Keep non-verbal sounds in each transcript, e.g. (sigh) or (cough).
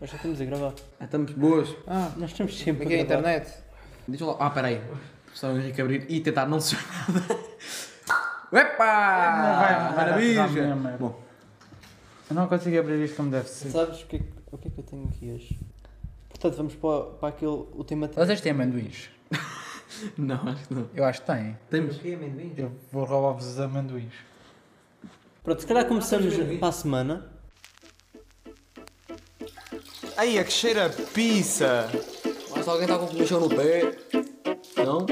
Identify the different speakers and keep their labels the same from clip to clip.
Speaker 1: Nós já estamos a gravar.
Speaker 2: Ah, estamos boas.
Speaker 1: Ah, nós estamos sempre
Speaker 2: Como é que é a
Speaker 1: a gravar.
Speaker 2: internet? Deixa eu lá. Ah, peraí. Só o Henrique abrir e tentar não ser nada. (laughs) Epa!
Speaker 3: Não Ah, vai- não vai dar para dar
Speaker 2: Maravilha!
Speaker 3: mesmo. é.
Speaker 2: Bom,
Speaker 3: Eu não consigo abrir isto como deve ser.
Speaker 1: Sabes o que, é que- o que é que eu tenho aqui hoje? Portanto, vamos para, para aquele. O tema.
Speaker 3: Vocês têm amendoins?
Speaker 2: não, acho que não.
Speaker 3: Eu acho que têm.
Speaker 2: Temos.
Speaker 3: Eu vou roubar-vos os amendoins.
Speaker 1: Pronto, se calhar começamos
Speaker 4: Ah,
Speaker 1: para a semana.
Speaker 4: Aí, é que cheira a pizza!
Speaker 2: Mas alguém está com o comichão no pé? Não?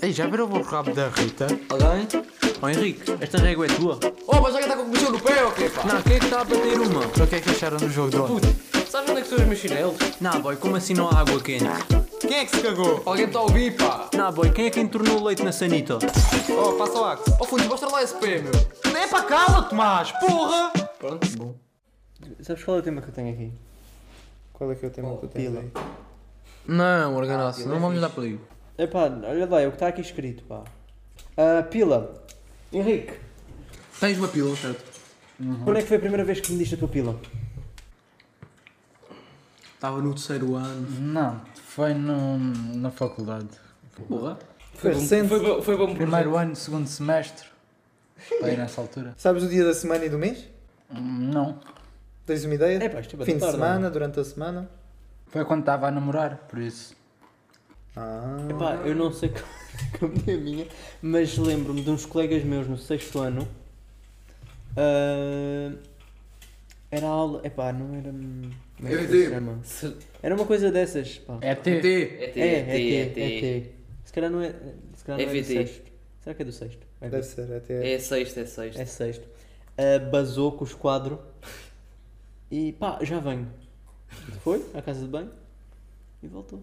Speaker 4: Ei, já viram o rabo da Rita?
Speaker 2: Alguém?
Speaker 4: Ó Henrique, esta régua é tua?
Speaker 2: Oh, mas alguém está com o comichão no pé ou quê, pá?
Speaker 4: Não, quem é que está a bater uma?
Speaker 3: Para o que é que acharam do jogo de ontem?
Speaker 2: Sabes onde é que estão os meus chinelos?
Speaker 4: Não, boy, como assim não há água quente? Quem é que se cagou?
Speaker 2: Alguém está a ouvir, pá!
Speaker 4: Não, boy, quem é que entornou o leite na sanita? Oh, passa o axe.
Speaker 2: Oh, Fundo, mostra lá esse pé, meu!
Speaker 4: É para cala, Tomás, porra!
Speaker 2: Pronto, bom.
Speaker 1: Sabes qual é o tema que eu tenho aqui?
Speaker 3: Qual é que eu tenho que
Speaker 1: Pila.
Speaker 2: Não, organaço, não vamos dar para aí.
Speaker 1: Epá, olha lá, é o que está aqui escrito, pá. Ah, pila. Henrique,
Speaker 2: Tens uma pílula, certo?
Speaker 3: Uhum.
Speaker 1: quando é que foi a primeira vez que me diste a tua pila?
Speaker 2: Estava no terceiro ano.
Speaker 3: Não, foi no, na faculdade.
Speaker 2: Porra.
Speaker 5: Foi recente. Foi bom, foi bom
Speaker 3: Primeiro ano, segundo semestre. Aí nessa altura.
Speaker 5: Sabes o dia da semana e do mês?
Speaker 3: Hum, Não.
Speaker 5: Tens uma ideia?
Speaker 1: É pá, isto é bué
Speaker 5: Fim de
Speaker 1: tarde,
Speaker 5: semana, durante a semana.
Speaker 3: Foi quando estava a namorar, por isso.
Speaker 5: Ah.
Speaker 1: Epá, eu não sei (laughs) como é a minha, mas lembro-me de uns colegas meus no sexto ano. ah, era aula. Epá, não era. Como é que se
Speaker 2: ET.
Speaker 1: chama? Era uma coisa dessas, pá.
Speaker 3: É T.
Speaker 2: T.
Speaker 6: ET,
Speaker 1: é,
Speaker 6: ET,
Speaker 1: é,
Speaker 6: ET.
Speaker 1: é, é. Se calhar não é. Se calhar não é do
Speaker 6: EVT.
Speaker 1: sexto. Será que é do sexto? É,
Speaker 5: Deve ser, até.
Speaker 6: É sexta, é sexta.
Speaker 1: é sexto. Ah, basou com o esquadro. E pá, já venho. Foi à casa de banho e voltou.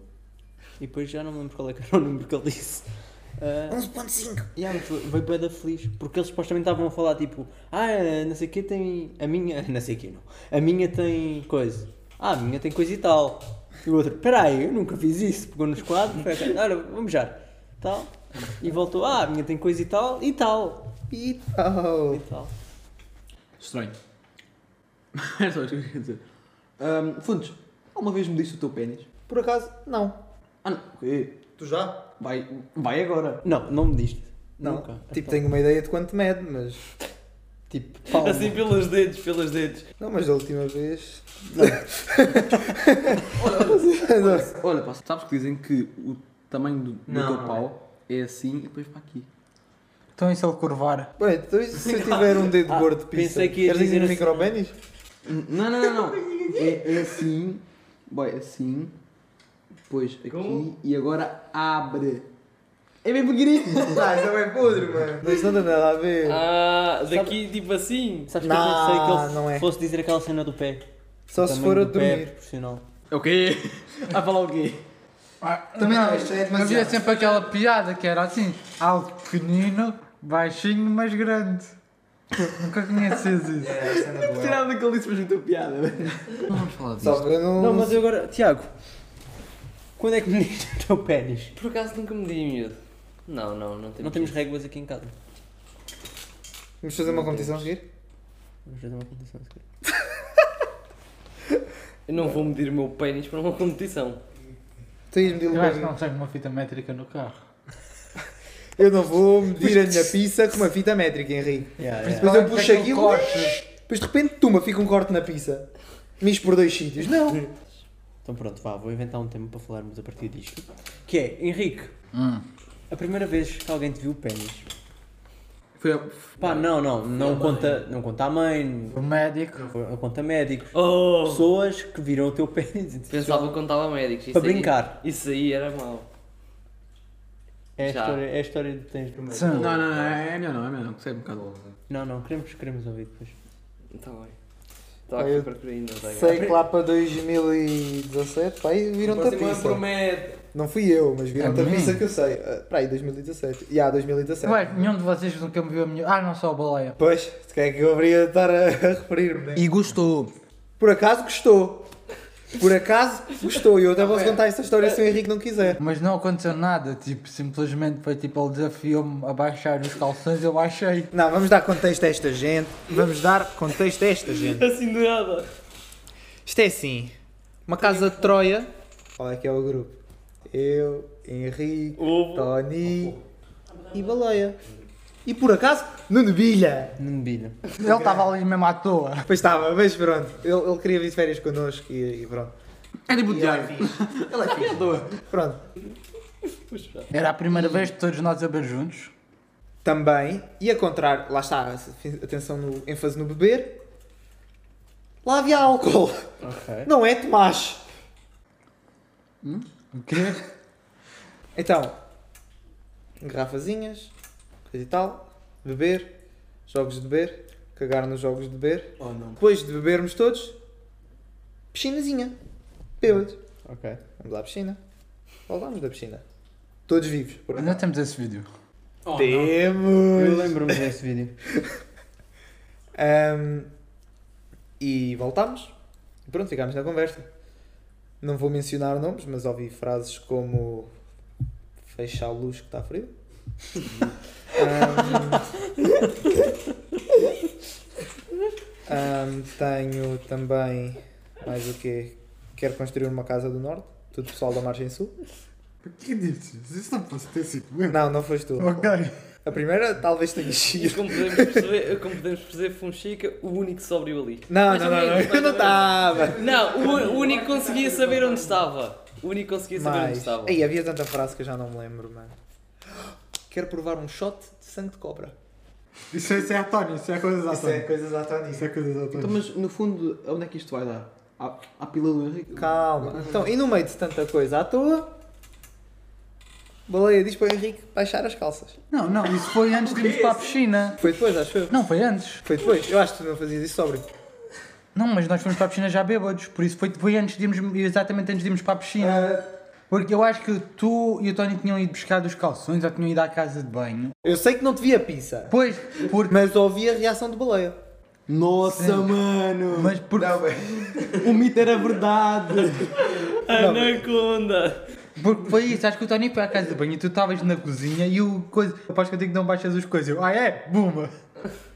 Speaker 1: E depois já não me lembro qual é que era o número que ele disse. Ah,
Speaker 5: 11.5!
Speaker 1: E yeah, mas veio bué da feliz, porque eles supostamente estavam a falar tipo, ah, não sei o que tem. A minha. (laughs) Não sei o que não. A minha tem coisa. Ah, a minha tem coisa e tal. E o outro, peraí, eu nunca fiz isso. Pegou nos quadros, foi, ok, olha, vamos já. Tal. E voltou, ah, a minha tem coisa e tal, e tal.
Speaker 5: E
Speaker 1: E
Speaker 5: tal!
Speaker 1: tal.
Speaker 2: Estranho. (laughs) Era só isso que eu queria dizer. Ahm, Fundos, alguma vez me disse o teu pênis?
Speaker 5: Por acaso, não.
Speaker 2: Ah, não. O quê?
Speaker 5: Tu já?
Speaker 2: Vai, vai agora.
Speaker 1: Não, não me diste.
Speaker 5: Não.
Speaker 1: Nunca. Então,
Speaker 5: Tipo, tenho uma ideia de quanto mede, mas.
Speaker 1: Tipo, palma.
Speaker 6: Assim pelos dedos, pelos dedos.
Speaker 5: Não, mas da última vez.
Speaker 2: Olha, pá, sabes que dizem que o tamanho do, do
Speaker 6: Não,
Speaker 2: teu
Speaker 6: não
Speaker 2: pau é. assim e depois para aqui.
Speaker 3: Então isso é o curvar.
Speaker 5: Bem, então e se eu tiver um dedo
Speaker 1: Ah,
Speaker 5: gordo de pizza,
Speaker 1: pensei que ias
Speaker 5: queres dizer um
Speaker 1: dizer assim.
Speaker 5: micro micropénis?
Speaker 2: N- Não, não, não, não. é, é assim. Boy, assim. Depois aqui e agora abre. É bem pequenino.
Speaker 5: Ah, isso é bem podre, mano. Mas não tem nada a ver.
Speaker 6: Ah, daqui tipo assim.
Speaker 1: Sabes que eu
Speaker 5: Não,
Speaker 1: pensei que ele
Speaker 5: não é.
Speaker 1: fosse dizer aquela cena do pé.
Speaker 5: Só
Speaker 1: O
Speaker 5: se
Speaker 1: tamanho
Speaker 5: for a
Speaker 1: do pé é
Speaker 5: dormir.
Speaker 1: proporcional.
Speaker 2: É o quê? (laughs) A falar o quê?
Speaker 3: Também Ah, não, é havia sempre aquela piada que era assim: algo pequenino, baixinho, mas grande. Nunca conheces (laughs) isso.
Speaker 1: é
Speaker 2: Tirado daquele disse, mas muita piada. Não vamos falar disso.
Speaker 5: Só que eu não.
Speaker 1: Não, mas eu agora. Tiago, quando é que me (laughs) diste o teu pênis?
Speaker 6: Por acaso nunca me dei miúdo. Não, não, não temos.
Speaker 1: Não temos réguas aqui em casa.
Speaker 5: Vamos fazer uma competição a seguir?
Speaker 1: Vamos fazer uma competição se calhar.
Speaker 6: Eu não vou medir o meu pênis para uma competição.
Speaker 5: Tu ias medir um o
Speaker 3: Eu acho que
Speaker 5: pênis.
Speaker 3: não tens uma fita métrica no carro.
Speaker 5: Eu não vou medir a minha pizza com uma fita métrica, Henrique. Mas eu puxo
Speaker 3: Aquele
Speaker 5: aquilo,
Speaker 3: corte.
Speaker 5: depois de repente, tuma, fica um corte na pizza. Mis por dois sítios. Não.
Speaker 1: Então pronto, vá, vou inventar um tema para falarmos a partir disto. Que é, Henrique,
Speaker 3: Hum.
Speaker 1: a primeira vez que alguém te viu o pênis.
Speaker 2: Foi a-
Speaker 1: Pá, não, não, não conta, não conta a mãe,
Speaker 3: O médico.
Speaker 1: não conta médicos.
Speaker 6: Oh!
Speaker 1: Pessoas que viram o teu (laughs) pênis e disseram,
Speaker 6: Pensava que contava médicos.
Speaker 1: para
Speaker 6: isso aí-
Speaker 1: brincar.
Speaker 6: Isso aí era mau.
Speaker 1: É a,
Speaker 6: Já.
Speaker 1: história, é a história que tens do
Speaker 3: Sim.
Speaker 2: Não, não, não, é melhor não, é melhor não, que serve um bocado.
Speaker 1: Não, não, queremos, queremos ouvir depois.
Speaker 6: Está Tá bem. Estava
Speaker 5: Ah,
Speaker 6: aqui
Speaker 5: eu
Speaker 6: para procurar ainda. tá?
Speaker 5: Sei que lá para 2017, pá, aí viram-te a
Speaker 6: é
Speaker 5: pizza.
Speaker 6: promete.
Speaker 5: Não fui eu, mas viram-te
Speaker 3: A
Speaker 5: a
Speaker 3: mim?
Speaker 5: pizza que eu sei. Ah, Pá, aí 2017. E há 2017.
Speaker 3: Ué, nenhum de vocês nunca me viu a minha. Ah, não só a baleia.
Speaker 5: Pois, é (laughs) se quer que eu haveria de estar a, a referir-me, né?
Speaker 2: E gostou.
Speaker 5: Por acaso gostou. Por acaso gostou e eu até posso contar esta história se o Henrique não quiser.
Speaker 3: Mas não aconteceu nada, tipo, simplesmente foi tipo, ele desafiou-me a baixar os calções, eu baixei.
Speaker 5: Não, vamos dar contexto a esta gente. Vamos dar contexto a esta gente.
Speaker 6: Assim do nada.
Speaker 5: Isto é assim. Uma casa de Troia. Qual é que é o grupo? Eu, Henrique, Tony e Baleia. E por acaso, Nuno Bilha.
Speaker 1: Não bilha.
Speaker 3: Ele estava ali mesmo à toa.
Speaker 5: Pois estava, mas pronto. Ele, ele queria vir de férias connosco e, e pronto.
Speaker 3: Era tipo,
Speaker 5: E ele é fixe. Ele é fixe. Pronto.
Speaker 3: Era a primeira vez que todos nós a beber juntos.
Speaker 5: Também, e a contrário, lá está, atenção no ênfase no beber, lá havia álcool.
Speaker 1: Ok.
Speaker 5: Não é Tomás.
Speaker 3: O quê?
Speaker 5: Então, garrafazinhas, coisa e tal, beber, jogos de beber, cagar nos jogos de beber.
Speaker 1: Oh não.
Speaker 5: Depois de bebermos todos, piscinazinha, bêbado.
Speaker 1: Ok.
Speaker 5: Vamos lá à piscina. Voltámos da piscina. Todos vivos. Por
Speaker 3: Ainda
Speaker 5: acaso.
Speaker 3: temos esse vídeo.
Speaker 1: Eu
Speaker 5: Temos.
Speaker 1: lembro-me desse vídeo.
Speaker 5: Ahm, e voltámos. E pronto, ficámos na conversa. Não vou mencionar nomes, mas ouvi frases como fecha a luz que está frio. Ahm, ahm, tenho também mais o quê? Quero construir uma casa do norte. Tudo pessoal da margem sul.
Speaker 3: O que dizes? Isso não pode ter sido eu.
Speaker 5: Não, não foste tu.
Speaker 3: Ok.
Speaker 5: A primeira talvez tenha
Speaker 6: E
Speaker 5: sido.
Speaker 6: como podemos perceber, como podemos perceber Fonseca, o único sóbrio ali.
Speaker 5: Não,
Speaker 6: Mais
Speaker 5: não,
Speaker 6: ou
Speaker 5: não, não.
Speaker 6: menos, é
Speaker 5: Eu não estava.
Speaker 6: Não, o, o único que conseguia saber onde estava. O único que conseguia saber onde
Speaker 5: Mas...
Speaker 6: estava.
Speaker 5: Aí havia tanta frase que eu já não me lembro, mano. Quero provar um shot de sangue de cobra. Então,
Speaker 3: Isso é, isso é António, isso é coisas
Speaker 5: coisas à Tony.
Speaker 3: é coisas
Speaker 2: Então, mas no fundo, onde é que isto vai dar? À, à pila do Henrique?
Speaker 5: Calma. Então, e no meio de tanta coisa à toa, Baleia diz para o Henrique baixar as calças.
Speaker 3: Não, não, isso foi antes de irmos para a piscina.
Speaker 5: Foi depois, acho eu.
Speaker 3: Não, foi antes.
Speaker 5: Foi depois. Eu acho que tu não fazias isso sobre.
Speaker 3: Não, mas nós fomos para a piscina já bêbados, por isso foi, foi antes de irmos, exatamente antes de irmos para a piscina. Porque eu acho que tu e o Tony tinham ido buscar os calções ou tinham ido à casa de banho.
Speaker 5: Eu sei que não te vi a pizza,
Speaker 3: Pois, porque.
Speaker 5: mas ouvi a reação de Baleia.
Speaker 2: Nossa, mano!
Speaker 3: Mas porque,
Speaker 2: O mito era verdade!
Speaker 1: (laughs)
Speaker 6: Ah, Anaconda!
Speaker 3: porque foi isso, acho que o Tony foi à casa de banho e tu estavas na cozinha e o coisa. Após que eu digo que não baixas as coisas. Eu, ah é? Buma!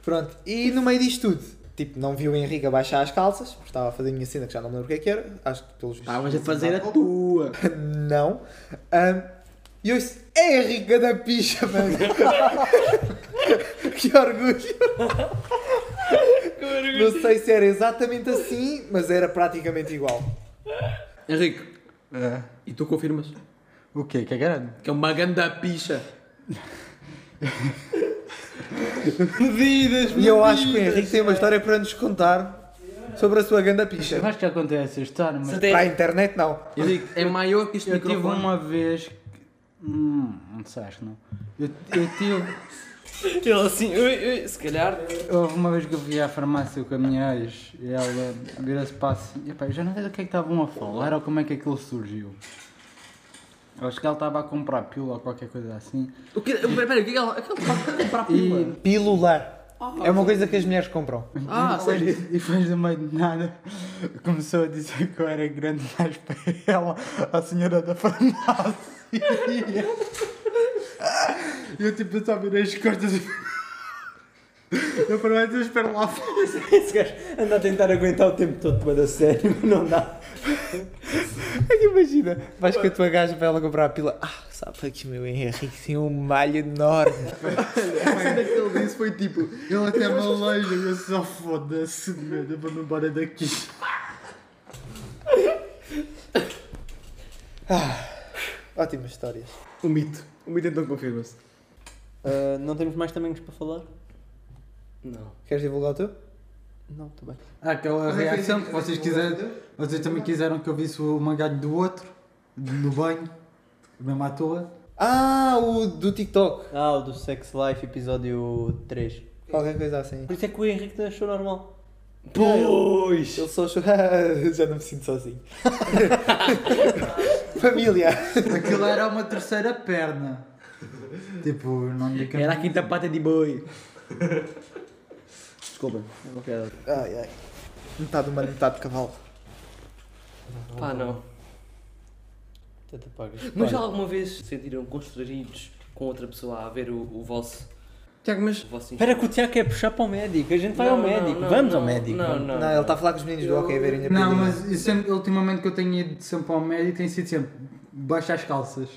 Speaker 5: Pronto, e no meio disto tudo, tipo, não vi o Henrique a baixar as calças, porque estava a fazer a minha cena que já não me lembro o que é que era. Acho que pelos
Speaker 3: Ah,
Speaker 2: Estavas
Speaker 5: vistos.
Speaker 2: a fazer a tua!
Speaker 5: Não. Ahm, e eu disse, é rica da picha, mano. (laughs) que orgulho. Não sei se era exatamente assim, mas era praticamente igual.
Speaker 2: Henrique,
Speaker 1: É.
Speaker 2: e tu confirmas
Speaker 3: o quê? Que é grande?
Speaker 2: que é uma ganda picha?
Speaker 5: E eu acho que o Henrique tem uma história para nos contar sobre a sua ganda picha.
Speaker 3: Eu acho que já contei essa história, mas.
Speaker 6: Se
Speaker 5: Para a
Speaker 6: tem-
Speaker 5: internet, não.
Speaker 2: Henrique, é maior que este
Speaker 3: Eu tive
Speaker 2: microfone.
Speaker 3: uma vez. que- Hum, não sei, acho que não. Eu, eu tive.
Speaker 6: Ele assim, ui, ui, se calhar.
Speaker 3: Houve uma vez que eu fui à farmácia com a minha ex e ela vira-se para assim. Epá, eu já não sei do que é que estavam a falar ou como é que aquilo surgiu. Eu Acho que ela estava a comprar pílula ou qualquer coisa assim.
Speaker 2: O que, peraí, peraí, o que é que ela... Aquela parte de comprar pila.
Speaker 3: E,
Speaker 5: Pílula. É uma coisa que as mulheres compram.
Speaker 2: Ah, sério?
Speaker 3: e depois do meio de nada começou a dizer que eu era grande mais para ela, a senhora da farmácia. E eu tipo, eu só virei as costas e. Eu prometo, eu espero lá fora.
Speaker 1: Esse gajo anda a tentar aguentar o tempo todo para dar sério, mas não dá.
Speaker 5: É que imagina, vais com a tua gaja para ela comprar a pila. Ah, sabe que o meu Henrique tem um malho enorme.
Speaker 3: cena que ele disse foi tipo, ele até
Speaker 1: (laughs)
Speaker 3: me aleija e eu só foda-se, medo, eu vou-me embora daqui.
Speaker 5: Ótimas histórias.
Speaker 2: O mito. O mito então confirma-se.
Speaker 1: Ah, não temos mais tamanhos para falar?
Speaker 6: Não.
Speaker 5: Queres divulgar o teu?
Speaker 1: Não, está bem.
Speaker 2: Ah, é
Speaker 3: Aquela
Speaker 1: é
Speaker 3: reação
Speaker 1: tipo,
Speaker 3: que vocês quiseram, vocês também quiseram que eu visse o mangalho do outro, no banho, mesmo à toa.
Speaker 5: Ah, o do TikTok.
Speaker 1: Ah, o do Sex Life, episódio 3.
Speaker 5: Qualquer coisa assim.
Speaker 1: Por isso é que o Henrique achou normal.
Speaker 5: Pois! Ele só chorou. (laughs) Já não me sinto sozinho. Família!
Speaker 3: Aquilo era uma terceira perna. Tipo, não digo que
Speaker 2: Era a quinta pata de boi. (laughs) Desculpa. é uma piada.
Speaker 5: Ai ai. Metade humano, metade cavalo.
Speaker 6: Pá, não.
Speaker 1: Até te apagas.
Speaker 6: Mas já alguma vez se sentiram constrangidos com outra pessoa a ver o, o vosso.
Speaker 1: Tiago, mas.
Speaker 6: O vosso
Speaker 1: Espera que o Tiago quer puxar para o médico. A gente vai
Speaker 6: Não,
Speaker 1: ao
Speaker 6: não,
Speaker 1: médico.
Speaker 6: não,
Speaker 1: Vamos
Speaker 6: não,
Speaker 1: ao médico.
Speaker 6: Não,
Speaker 1: vamos.
Speaker 6: não.
Speaker 5: Não, ele está a falar com os meninos do hockey a verem a
Speaker 3: Não,
Speaker 5: pedrinha.
Speaker 3: mas eu sempre, ultimamente que eu tenho ido sempre ao médico tem sido sempre baixa as calças.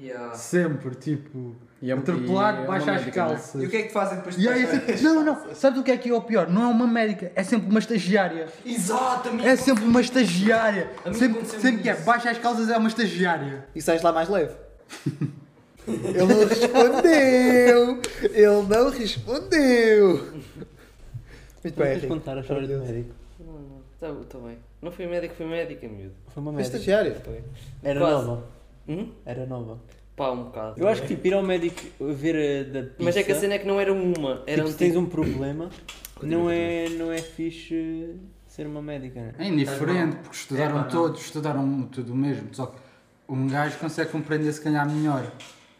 Speaker 6: Yeah.
Speaker 3: Sempre, tipo,
Speaker 1: E é-
Speaker 3: atropelar,
Speaker 1: e é
Speaker 3: baixa
Speaker 1: uma
Speaker 3: as
Speaker 1: médica, não é?
Speaker 3: calças.
Speaker 5: E o que é que fazem depois
Speaker 3: E aí, assim, não, não, sabes o que é que é o pior? Não é uma médica, é sempre uma estagiária.
Speaker 5: Exatamente!
Speaker 3: É sempre uma estagiária.
Speaker 6: mim
Speaker 3: Sempre,
Speaker 6: aconteceu-me
Speaker 3: sempre que é
Speaker 6: isso.
Speaker 3: baixa as calças é uma estagiária.
Speaker 5: E sais lá mais leve. Ele não respondeu! Ele não respondeu! Muito bem,
Speaker 1: Vamos
Speaker 5: Henrique.
Speaker 1: contar a história do médico.
Speaker 6: Não, não. Tá, tá bem. Não foi médico, foi médica, miúdo.
Speaker 1: Foi uma
Speaker 5: Foi
Speaker 1: médica.
Speaker 5: estagiário.
Speaker 1: Era
Speaker 6: Quase.
Speaker 1: nova.
Speaker 6: Hum?
Speaker 1: Era nova.
Speaker 6: Pá, um bocado.
Speaker 1: Eu acho que tipo, ir ao médico ver a da pizza,
Speaker 6: Mas é que a cena é que não era uma, era
Speaker 1: tipo,
Speaker 6: um
Speaker 1: se tens
Speaker 6: tipo.
Speaker 1: um problema, não é, não é fixe ser uma médica, né?
Speaker 3: É indiferente, porque estudaram todos, estudaram tudo o mesmo. Só que um gajo consegue compreender se calhar melhor.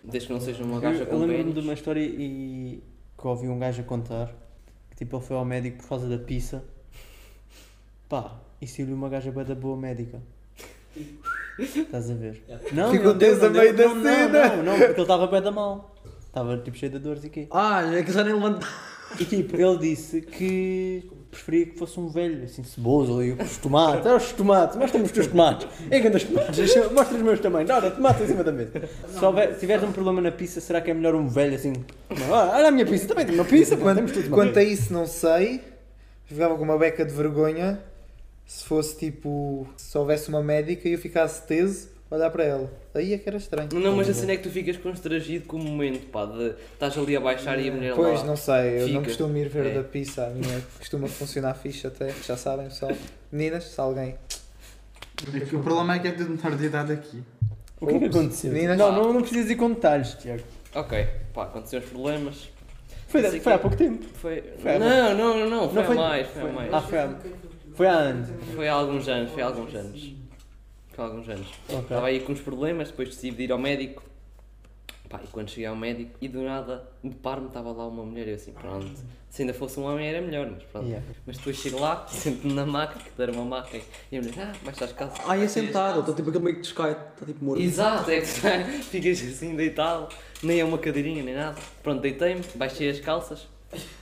Speaker 6: Desde que não seja uma
Speaker 1: um- Eu,
Speaker 6: gaja
Speaker 1: eu
Speaker 6: com
Speaker 1: lembro-me de
Speaker 6: pênis.
Speaker 1: uma história e que ouvi um gajo a contar que tipo ele foi ao médico por causa da pizza. Pá, e saiu-lhe uma gaja bué da boa médica. Estás a
Speaker 6: (laughs)
Speaker 1: ver? Não,
Speaker 5: Ficou
Speaker 1: não deu,
Speaker 5: tenso
Speaker 1: não
Speaker 5: a
Speaker 1: deu,
Speaker 5: meio da
Speaker 1: não, não,
Speaker 5: cena.
Speaker 1: Não, não, porque ele estava bué da mal. Estava tipo cheio de dores e quê?
Speaker 5: Ah, é que já nem levantou.
Speaker 1: E tipo, ele disse que preferia que fosse um velho, assim, ceboso ali, com os tomates. Olha os tomates, mostra-me os teus tomates. É que andas tomates, deixa- mostra os meus também. Nada, tomate em cima da mesa. Se houver- se tiveres um problema na pizza, será que é melhor um velho assim? "Ah, Olha a minha pizza, também tem uma pizza, pô, temos tudo.
Speaker 5: Quanto a é isso, não sei. Ficava com uma beca de vergonha se fosse tipo. Se houvesse uma médica e eu ficasse teso, olhar para ela. Aí é que era estranho.
Speaker 6: Não,
Speaker 1: Uhum.
Speaker 6: mas a cena é que tu ficas constrangido com o momento, pá, de estás ali a baixar
Speaker 1: Uhum.
Speaker 6: e a mulher
Speaker 5: Pois,
Speaker 6: lá.
Speaker 5: não sei, eu não
Speaker 6: é Fica.
Speaker 5: costumo ir ver
Speaker 6: É.
Speaker 5: da pizza, a minha (laughs) costuma funcionar fixe até, já sabem pessoal. Meninas, se alguém.
Speaker 3: O problema é que é tudo menor de idade aqui.
Speaker 1: O que é que aconteceu?
Speaker 5: Meninas,
Speaker 1: Não, não, não precisas ir com detalhes, Tiago.
Speaker 6: Ok, pá, aconteceu os problemas.
Speaker 1: Foi,
Speaker 6: Mas é
Speaker 1: foi há
Speaker 6: que-
Speaker 1: pouco tempo.
Speaker 6: Foi.
Speaker 1: Foi há-
Speaker 6: não, não, não, foi,
Speaker 1: Não, foi-
Speaker 6: a mais, foi, a mais.
Speaker 1: Ah, foi há, foi há anos.
Speaker 6: Foi há alguns anos, foi há alguns anos. Foi há alguns anos.
Speaker 1: Ok.
Speaker 6: Estava aí com uns problemas, depois decidi ir ao médico. Pá, e quando cheguei ao médico, e do nada, deparo-me, estava lá uma mulher, e eu assim, pronto, se ainda fosse um homem era melhor, mas pronto.
Speaker 1: Yeah.
Speaker 6: Mas depois chego lá, (laughs) sento-me na maca, que era uma maca, e a mulher, ah, baixa as calças.
Speaker 2: Ah, ia sentado, estou tipo aquele meio que descai, está tipo morto.
Speaker 6: Exato, é que ficas assim deitado, nem é uma cadeirinha nem nada. Pronto, deitei-me, baixei as calças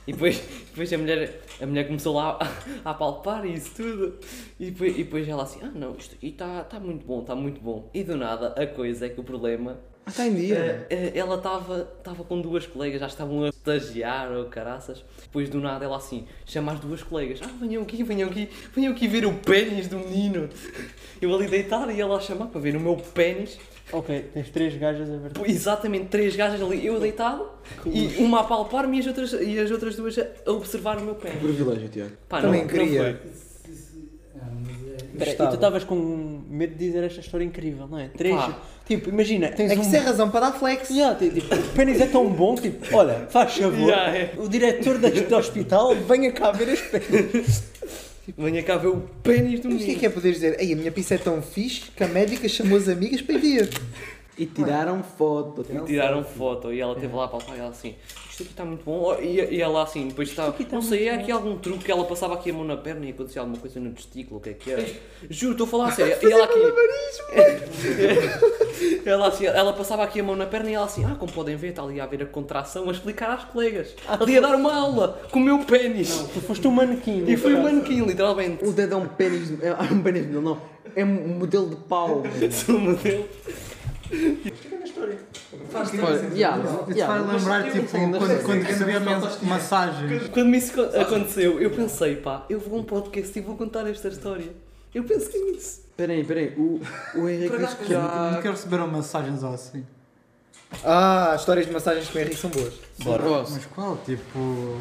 Speaker 6: e depois, depois a, mulher, a mulher começou lá a, a palpar e isso tudo. E depois, e depois ela assim, ah não, isto está tá muito bom, está muito bom. E do nada a coisa é que o problema.
Speaker 5: Ah, está em dia.
Speaker 6: eh, eh, Ela estava tava com duas colegas, já estavam a estagiar ou caraças. Depois do nada ela assim chama as duas colegas: Ah, venham aqui, venham aqui, venham aqui ver o pênis do menino. Eu ali deitado e ela a chamar para ver o meu pênis.
Speaker 1: Ok, tens três gajas a ver.
Speaker 6: Pô, Exatamente, três gajas ali, eu deitado e uma a palpar-me e as outras, e as outras duas a a observar o meu pé.
Speaker 2: Privilégio, Tiago.
Speaker 6: Pá,
Speaker 5: Também
Speaker 6: Ah, não,
Speaker 5: queria.
Speaker 6: Não foi.
Speaker 1: Peraí, e tu
Speaker 5: Gostava.
Speaker 1: estavas com medo de dizer esta história incrível, não é? Três.
Speaker 6: Pá.
Speaker 1: Tipo, imagina, tens
Speaker 5: É que
Speaker 1: um.
Speaker 5: isso é razão para dar flex.
Speaker 1: Yeah, tem- tipo, o pênis é tão bom, tipo, olha, faz favor,
Speaker 6: Yeah, é.
Speaker 1: o diretor deste do hospital venha cá ver este pênis.
Speaker 6: Venha cá ver o pênis do
Speaker 5: Mas o que é
Speaker 6: menino.
Speaker 5: que é poderes dizer? Ei, a minha pizza é tão fixe que a médica chamou as amigas para ir ver.
Speaker 2: E tiraram foto. Tipo,
Speaker 6: Me tiraram foto e ela esteve lá a palpar e ela assim, isto aqui está muito bom. E, e ela assim, depois estava, não sei, é aqui algum truque que ela passava aqui a mão na perna e acontecia alguma coisa no testículo, o que é que era? Juro, estou a falar a (laughs) sério. E ela aqui. (laughs) ela, assim, ela passava aqui a mão na perna e ela assim, ah, como podem ver, está ali a haver a contração, a explicar às colegas. Ali a dar uma aula com o meu pênis.
Speaker 1: Tu foste um manequim.
Speaker 6: E foi um manequim, literalmente. (laughs)
Speaker 2: O dedo é um pênis. É é um pênis não, não. É um modelo de (laughs) pau.
Speaker 6: O um modelo.
Speaker 2: Olha, yeah,
Speaker 3: Isso vai
Speaker 2: yeah.
Speaker 3: lembrar, tipo, quando, quando recebia massagens.
Speaker 6: Quando isso co- aconteceu, eu pensei, pá, eu vou a um podcast e vou contar esta história. Eu é pensei nisso.
Speaker 2: Peraí, peraí. O, (laughs) o Henrique diz que é já.
Speaker 3: Nunca receberam massagens ou assim.
Speaker 5: Ah, histórias de massagens com o Henrique são boas.
Speaker 2: Ah,
Speaker 3: Mas qual? Tipo.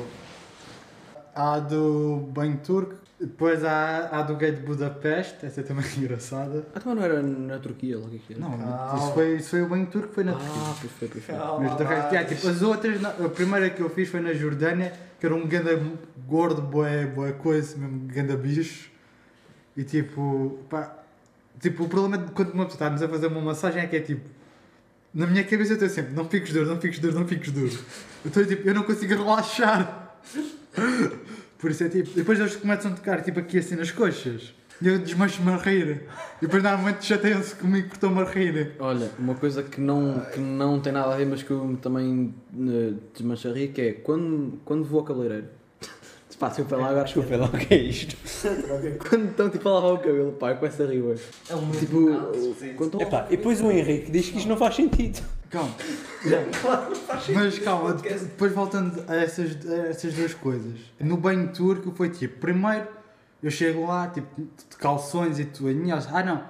Speaker 3: Há a do banho turco, depois há há a do gay de Budapeste, essa é também (laughs) engraçada.
Speaker 2: Ah, também não era na Turquia, logo aqui.
Speaker 3: Não, isso, foi, isso foi o banho turco, foi na Turquia.
Speaker 2: Ah, pois foi, pois foi.
Speaker 3: é Mas de resto, yeah, tipo, as outras, não- a primeira que eu fiz foi na Jordânia, que era um ganda gordo, boé, boé coisa, mesmo ganda bicho. E tipo, pá, tipo, o problema de quando uma pessoa está-nos a fazer uma massagem é que é tipo, na minha cabeça eu estou sempre, não fiques duro, não fiques duro, não fiques duro. Eu estou tipo, eu não consigo (laughs) relaxar. Por isso é tipo, depois eles começam a tocar tipo aqui assim nas coxas. E eu desmancho-me a rir. E depois normalmente chateiam-se comigo por estou-me a rir.
Speaker 2: Olha, uma coisa que não, que não tem nada a ver, mas que eu também eh, desmancho a rir, que é quando, quando vou ao cabeleireiro. (laughs) Pá, desculpa lá agora.
Speaker 1: Desculpa lá, o que é
Speaker 2: (laughs)
Speaker 1: isto?
Speaker 2: Quando estão tipo a lavar o cabelo, pá, com essa riba. É um tipo, quando estão-
Speaker 1: Epá, e depois o Henrique diz que isto não faz sentido.
Speaker 3: Calma. Mas calma, depois, depois voltando a essas, a essas duas coisas. No banho turco foi tipo, primeiro eu chego lá, tipo, de calções e toalhinhas. Ah não,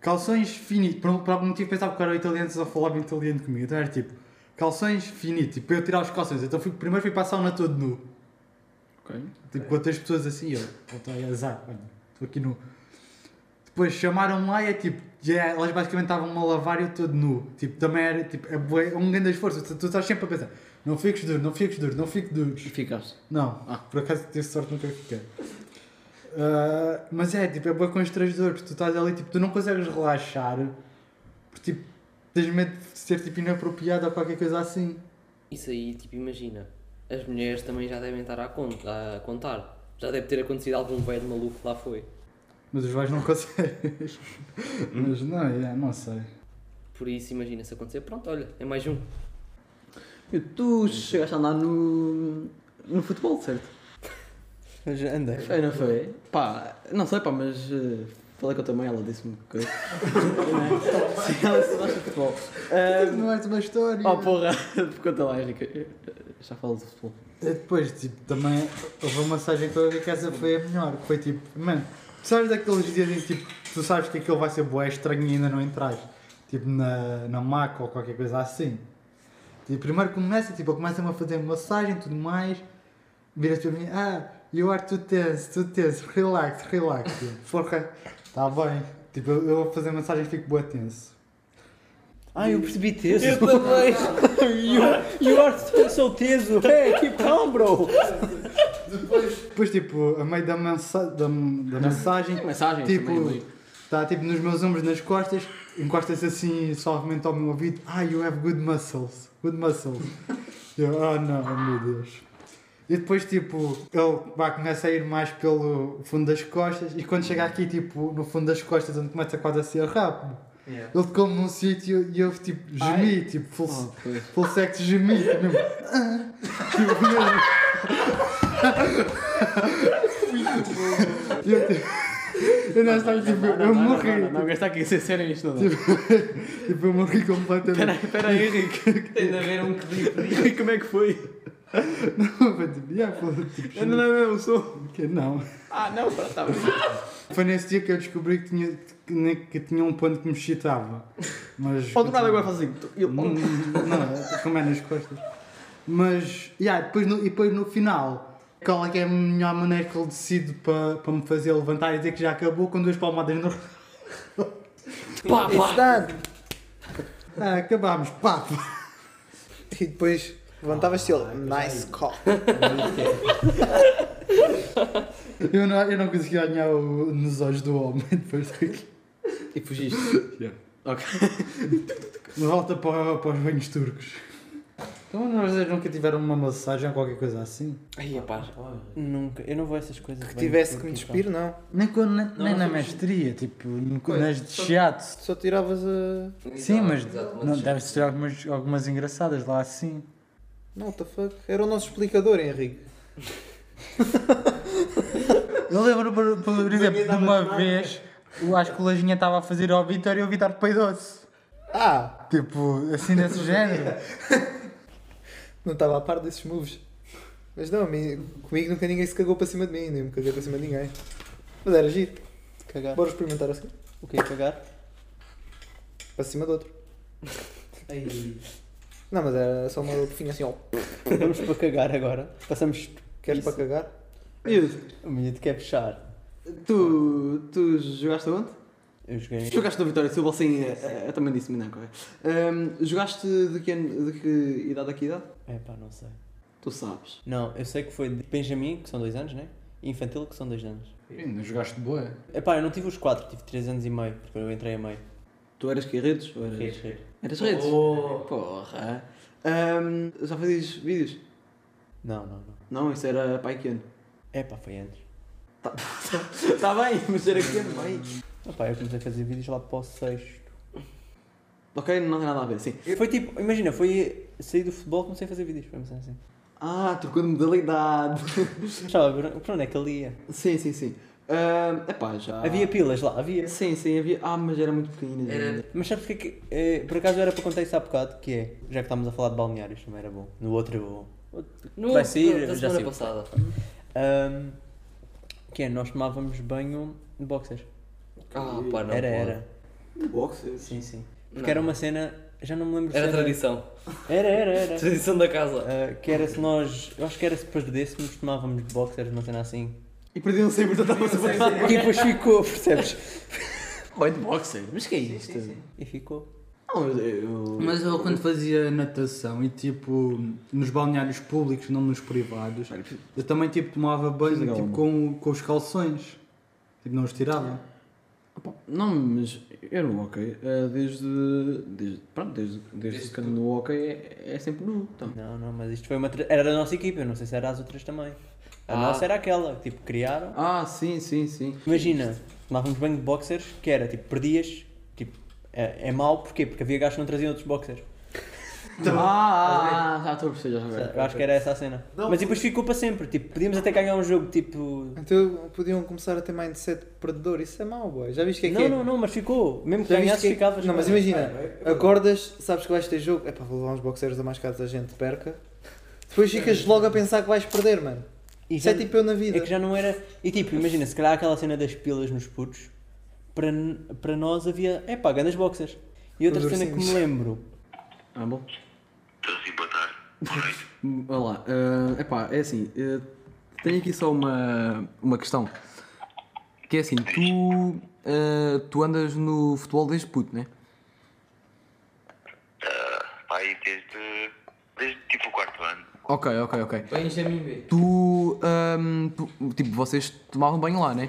Speaker 3: calções finitos. Por, por algum motivo pensava que eram italianos a falar bem italiano comigo. Então era tipo, calções finitos. Tipo, eu tirar os calções. Então fui, primeiro fui para a sauna todo nu. Tipo, com outras pessoas assim, eu, puta, é azar, olha, estou aqui nu. Depois chamaram lá e é tipo, já, elas basicamente estavam a lavar e eu todo nu. Tipo, também era, tipo, é, bué- é um grande esforço, tu, tu estás sempre a pensar, não fiques duro, não fiques duro, não fiques duro.
Speaker 2: Ficaste.
Speaker 3: Não, por acaso tive sorte nunca fiquei. Ah, mas é, tipo, é bem constrangedor, porque tu estás ali, tipo, tu não consegues relaxar, porque, tipo, tens medo de ser, tipo, inapropriado ou qualquer coisa assim.
Speaker 6: Isso aí, tipo, imagina. As mulheres também já devem estar a, con- a contar. Já deve ter acontecido algum velho maluco que lá foi.
Speaker 3: Mas os vais não (laughs) conseguem. mas não, é, não sei.
Speaker 6: Por isso, imagina se acontecer. Pronto, olha, é mais um.
Speaker 2: E Tu chegaste a andar no, no futebol, certo?
Speaker 1: Mas andei.
Speaker 2: Foi, não foi? Pá, não sei, pá, mas eh, falei com a tua mãe, ela disse-me que. Sim, ela disse gosta de futebol. Ah,
Speaker 3: Não és uma história.
Speaker 2: Oh porra, (laughs) conta lá, Henrique. Eu Já falo de futebol.
Speaker 3: E depois, tipo, também houve uma massagem que eu vi que essa foi a melhor. que Foi tipo, mano, tu sabes daqueles dias em que tipo, tu sabes que aquilo vai ser boé estranho e ainda não entras. Tipo, na, na maca ou qualquer coisa assim. E primeiro começa, tipo, começa-me a fazer massagem e tudo mais. Vira-se para mim, ah, you are too tense, too tense, relax, relax. Eu, Porra, tá bem. Tipo, eu, eu a fazer massagem fico boa tenso.
Speaker 1: Ah, eu percebi teso. Eu (laughs) também. you, you are so, so é teso. Hey, keep calm, bro.
Speaker 3: Depois, tipo, a meio da, mansa da, da massagem,
Speaker 2: Mensagem?
Speaker 3: Tipo, está tipo nos meus ombros, nas costas, encosta-se assim suavemente ao meu ouvido. Ah, you have good muscles. Good muscles. Eu, oh não, meu Deus. E depois, tipo, ele vai começa a ir mais pelo fundo das costas. E quando chega aqui, tipo, no fundo das costas, onde começa quase a ser rápido, ele tocou-me num sítio e eu, tipo, gemi, tipo, full,
Speaker 2: Oh.
Speaker 3: full sexo gemi. tipo, mesmo. Ah. Tipo, mesmo. E eu, tipo, eu não sei, tipo, eu morri.
Speaker 2: Não, gasta aqui sem ser isto, não.
Speaker 3: Tipo, eu morri completamente.
Speaker 2: Espera aí, Henrique.
Speaker 5: Tem de haver um clipe.
Speaker 2: (laughs) Como é que foi?
Speaker 3: Não, foi tipo, yeah, foi, tipo,
Speaker 2: Não, não, não, sou.
Speaker 3: que não.
Speaker 2: Ah, não, pronto, tá bem.
Speaker 3: Foi nesse dia que eu descobri que tinha, que, ne- que tinha um ponto que me excitava. Mas.
Speaker 2: Ou do nada agora faz assim. tu- eu-
Speaker 3: Não, não, como é nas costas. Mas, yeah, depois no, e depois no final, qual é que é a melhor maneira que ele decide para, para me fazer levantar e dizer que já acabou com duas palmadas no.
Speaker 6: Pá, pá!
Speaker 3: Ah, acabámos, pá!
Speaker 5: E depois levantavas-te
Speaker 1: Ah,
Speaker 5: ele. Nice call.
Speaker 3: Eu não, eu não consegui ganhar o- nos olhos do homem depois daqui.
Speaker 2: E fugiste.
Speaker 3: Volta para, para os banhos turcos. Então, não, vocês nunca tiveram uma massagem ou qualquer coisa assim?
Speaker 6: Ai, pá.
Speaker 1: Nunca, eu não vou a essas coisas.
Speaker 5: Que
Speaker 1: bem,
Speaker 5: tivesse que
Speaker 1: porque, tipo,
Speaker 5: me
Speaker 1: pá.
Speaker 5: despir, não.
Speaker 3: Nem, quando, nem, nem na mestria, tipo, no-
Speaker 5: Pois,
Speaker 3: nas de chiato.
Speaker 5: Só tiravas a.
Speaker 3: Sim, mas
Speaker 6: Exato, mas
Speaker 3: não, deve ter algumas, algumas engraçadas lá assim.
Speaker 5: Não, what the fuck? Era o nosso explicador, Henrique.
Speaker 3: Eu lembro, por, por exemplo, de uma vez, eu acho que o Lajinha estava a fazer ao Vitor e o Vitor peidou-se.
Speaker 5: Ah!
Speaker 3: Tipo, assim desse género.
Speaker 5: Não estava a par desses moves. Mas não, a mim- comigo nunca ninguém se cagou para cima de mim, nem me caguei para cima de ninguém. Mas era giro.
Speaker 1: Cagar.
Speaker 5: Bora experimentar assim.
Speaker 1: O que é cagar?
Speaker 5: Para cima do outro. Não, mas era só uma golfinha assim, ó.
Speaker 1: Vamos para cagar agora. Passamos.
Speaker 5: Queres
Speaker 1: Isso.
Speaker 5: para cagar?
Speaker 2: Miúdo,
Speaker 1: O miúdo quer fechar.
Speaker 2: tu, tu jogaste aonde?
Speaker 1: Eu joguei.
Speaker 2: Jogaste no Vitória Silva sem. eh, eh, Eu também disse-me, não, corre. Ahm, jogaste de que, ano- de que idade a que idade?
Speaker 1: É pá, não sei.
Speaker 2: Tu sabes.
Speaker 1: Não, eu sei que foi de Benjamin, que são dois anos, né? E infantil, que são dois anos.
Speaker 3: Ainda jogaste boa.
Speaker 1: É pá, eu não tive os quatro, tive três anos e meio, porque eu entrei a meio.
Speaker 2: Tu eras que redes? Oh. Ou eras...
Speaker 1: Rir, rir.
Speaker 2: Eras redes? Porra. Ahm, já fazias vídeos?
Speaker 1: Não, não, não.
Speaker 2: Não, isso era pai que ano? (laughs)
Speaker 1: É pá, foi antes.
Speaker 2: Está bem, mas era que era bem.
Speaker 1: Opa, eu comecei a fazer vídeos lá para o sexto.
Speaker 2: Ok, não tem nada a ver, sim.
Speaker 1: Foi tipo, imagina, foi sair do futebol comecei a fazer vídeos, vamos dizer assim.
Speaker 2: Ah, trocou de modalidade.
Speaker 1: Estava a ver para onde é que ele ia.
Speaker 2: Sim, sim, sim. Ah, epá, já.
Speaker 1: Havia pilas lá, havia.
Speaker 2: Sim, sim, havia. Ah, mas era muito pequenina. ainda.
Speaker 1: Mas sabes porque é que. eh, por acaso era para contar isso há bocado, que é. Já que estávamos a falar de balneários, também era bom. No outro. outro
Speaker 6: No,
Speaker 1: vai sair,
Speaker 6: da
Speaker 1: já
Speaker 6: semana
Speaker 1: saiu.
Speaker 6: passada.
Speaker 1: Ahm, que é, nós tomávamos banho de boxers.
Speaker 6: Ah, pá,
Speaker 1: era,
Speaker 6: não. pode.
Speaker 1: era.
Speaker 2: Boxers.
Speaker 1: Sim, sim. Porque
Speaker 6: Não.
Speaker 1: era uma cena. Já não me lembro se
Speaker 6: Era tradição.
Speaker 1: Era, era, era.
Speaker 6: Tradição da casa.
Speaker 1: Ah, que era se nós. Eu acho que era se perdêssemos, tomávamos boxers, uma cena assim.
Speaker 2: E perdiam sempre, portanto estava sempre a
Speaker 1: E depois ficou, percebes?
Speaker 2: Oi, de boxers? Mas que é isto?
Speaker 1: E ficou.
Speaker 2: Não, eu- eu.
Speaker 3: Mas eu quando fazia natação e tipo nos balneários públicos, não nos privados, eu também tipo tomava banho tipo, com, com os calções. Tipo, não os tirava.
Speaker 2: Opa, Não, mas eu no hockey, eh, desde, desde, pronto, desde, desde que ando no hockey é, é sempre nu. Então.
Speaker 1: Não, não, mas isto foi uma. tra- Era da nossa equipa, eu não sei se era as outras também. A
Speaker 6: Ah.
Speaker 1: nossa era aquela, que, tipo, criaram.
Speaker 2: Ah, sim, sim, sim.
Speaker 1: Imagina, tomávamos banho de boxers, que era tipo, perdias, tipo, é, é mau, porquê? Porque havia gajos que não traziam outros boxers.
Speaker 2: Ah, ah, já estou Então, a perceber, já agora.
Speaker 1: Eu acho que era essa a cena.
Speaker 5: É, Não,
Speaker 1: Mas depois ficou para sempre, tipo, podíamos até ganhar um jogo, tipo.
Speaker 5: Então podiam começar a ter mindset perdedor, isso é mau, boy. Já viste o que é que
Speaker 1: Não,
Speaker 5: é?
Speaker 1: não, não, mas ficou. Mesmo que
Speaker 5: Já viste
Speaker 1: ganhasses,
Speaker 5: que é que-
Speaker 1: ficavas.
Speaker 5: Não, mas imagina, acordas, sabes que vais ter jogo, é pá, vou levar uns boxeiros a mais caros da gente, perca. Depois ficas logo a pensar que vais perder, mano.
Speaker 1: É. E
Speaker 5: Isso é
Speaker 1: já-
Speaker 5: tipo eu na vida.
Speaker 1: É que já não era. E tipo, imagina, se calhar aquela cena das pilas nos putos, para, n- para nós havia. É pá, grandes boxers. E outra
Speaker 5: Os
Speaker 1: cena que me
Speaker 5: ursinhos.
Speaker 1: lembro.
Speaker 2: Ah, bom.
Speaker 7: Estou sim, boa tarde. Boa noite.
Speaker 2: (laughs) Olha lá, eh, epá, é assim, eh, tenho aqui só uma, uma questão. Que é assim, tu, eh, tu andas no futebol desde puto, né?
Speaker 7: Pá, aí desde, desde tipo o quarto ano.
Speaker 2: Ok, ok, ok. Tu, ehm, tu- tipo, vocês tomavam banho lá, né?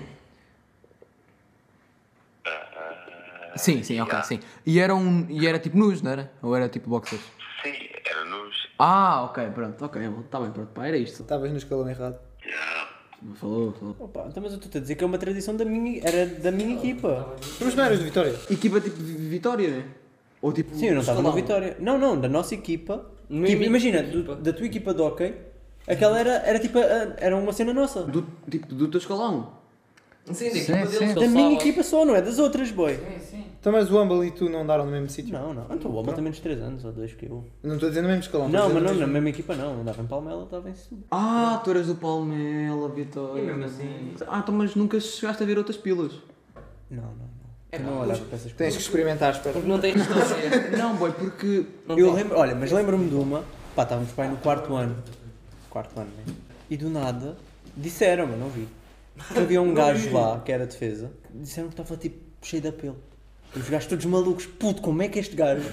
Speaker 2: Sim, sim, ok,
Speaker 7: já.
Speaker 2: sim. E era, um, e era tipo nus, não era? Ou era tipo boxers?
Speaker 7: Sim, era nos.
Speaker 2: Ah, ok, pronto, ok, tá bem, pronto, pá, era isto.
Speaker 5: Estavas no escalão errado.
Speaker 7: Já.
Speaker 2: Falou, falou.
Speaker 1: Opa, então, mas eu estou a dizer que é uma tradição da minha. Era da minha equipa.
Speaker 5: Mas não eras de Vitória?
Speaker 2: Equipa tipo vi- Vitória, né? Ou tipo.
Speaker 1: Sim, eu não estava na Vitória. Não, não, da nossa equipa.
Speaker 6: Minha
Speaker 1: Tipo,
Speaker 6: equipa.
Speaker 1: imagina, do- da tua equipa de hockey, aquela era, era tipo. a- era uma cena nossa.
Speaker 2: Do, tipo, do teu escalão.
Speaker 6: Sim, sim,
Speaker 1: da minha equipa só, não é das outras, boy.
Speaker 5: Então, mas o Humble e tu não andaram no mesmo sítio?
Speaker 1: Não, não. Então o Walmart tem menos 3 anos ou 2 que eu.
Speaker 5: Não estou a dizer no mesmo escalão.
Speaker 1: Não,
Speaker 5: estou a
Speaker 1: mas não,
Speaker 5: dizer
Speaker 1: na
Speaker 5: no mesmo-
Speaker 1: mesma equipa não. Andava em Palmela, estava em Setúbal.
Speaker 2: Ah, tu eras do Palmela, Vitória. mesmo assim. Ah, então, mas nunca chegaste a ver outras pilas.
Speaker 1: Não, não, não. É, não olhava para essas
Speaker 5: Tens que experimentar, espera.
Speaker 6: Porque
Speaker 1: (laughs)
Speaker 6: não tens noção.
Speaker 2: Não, boy, porque.
Speaker 1: Eu lembro, olha, mas lembro-me de uma, pá, estávamos pai no quarto ano, quarto ano, né? E do nada, disseram, mas não vi, que havia um gajo lá, que era defesa, que disseram que estava tipo cheio de apelo. E os gajos todos malucos, puto, como é que este gajo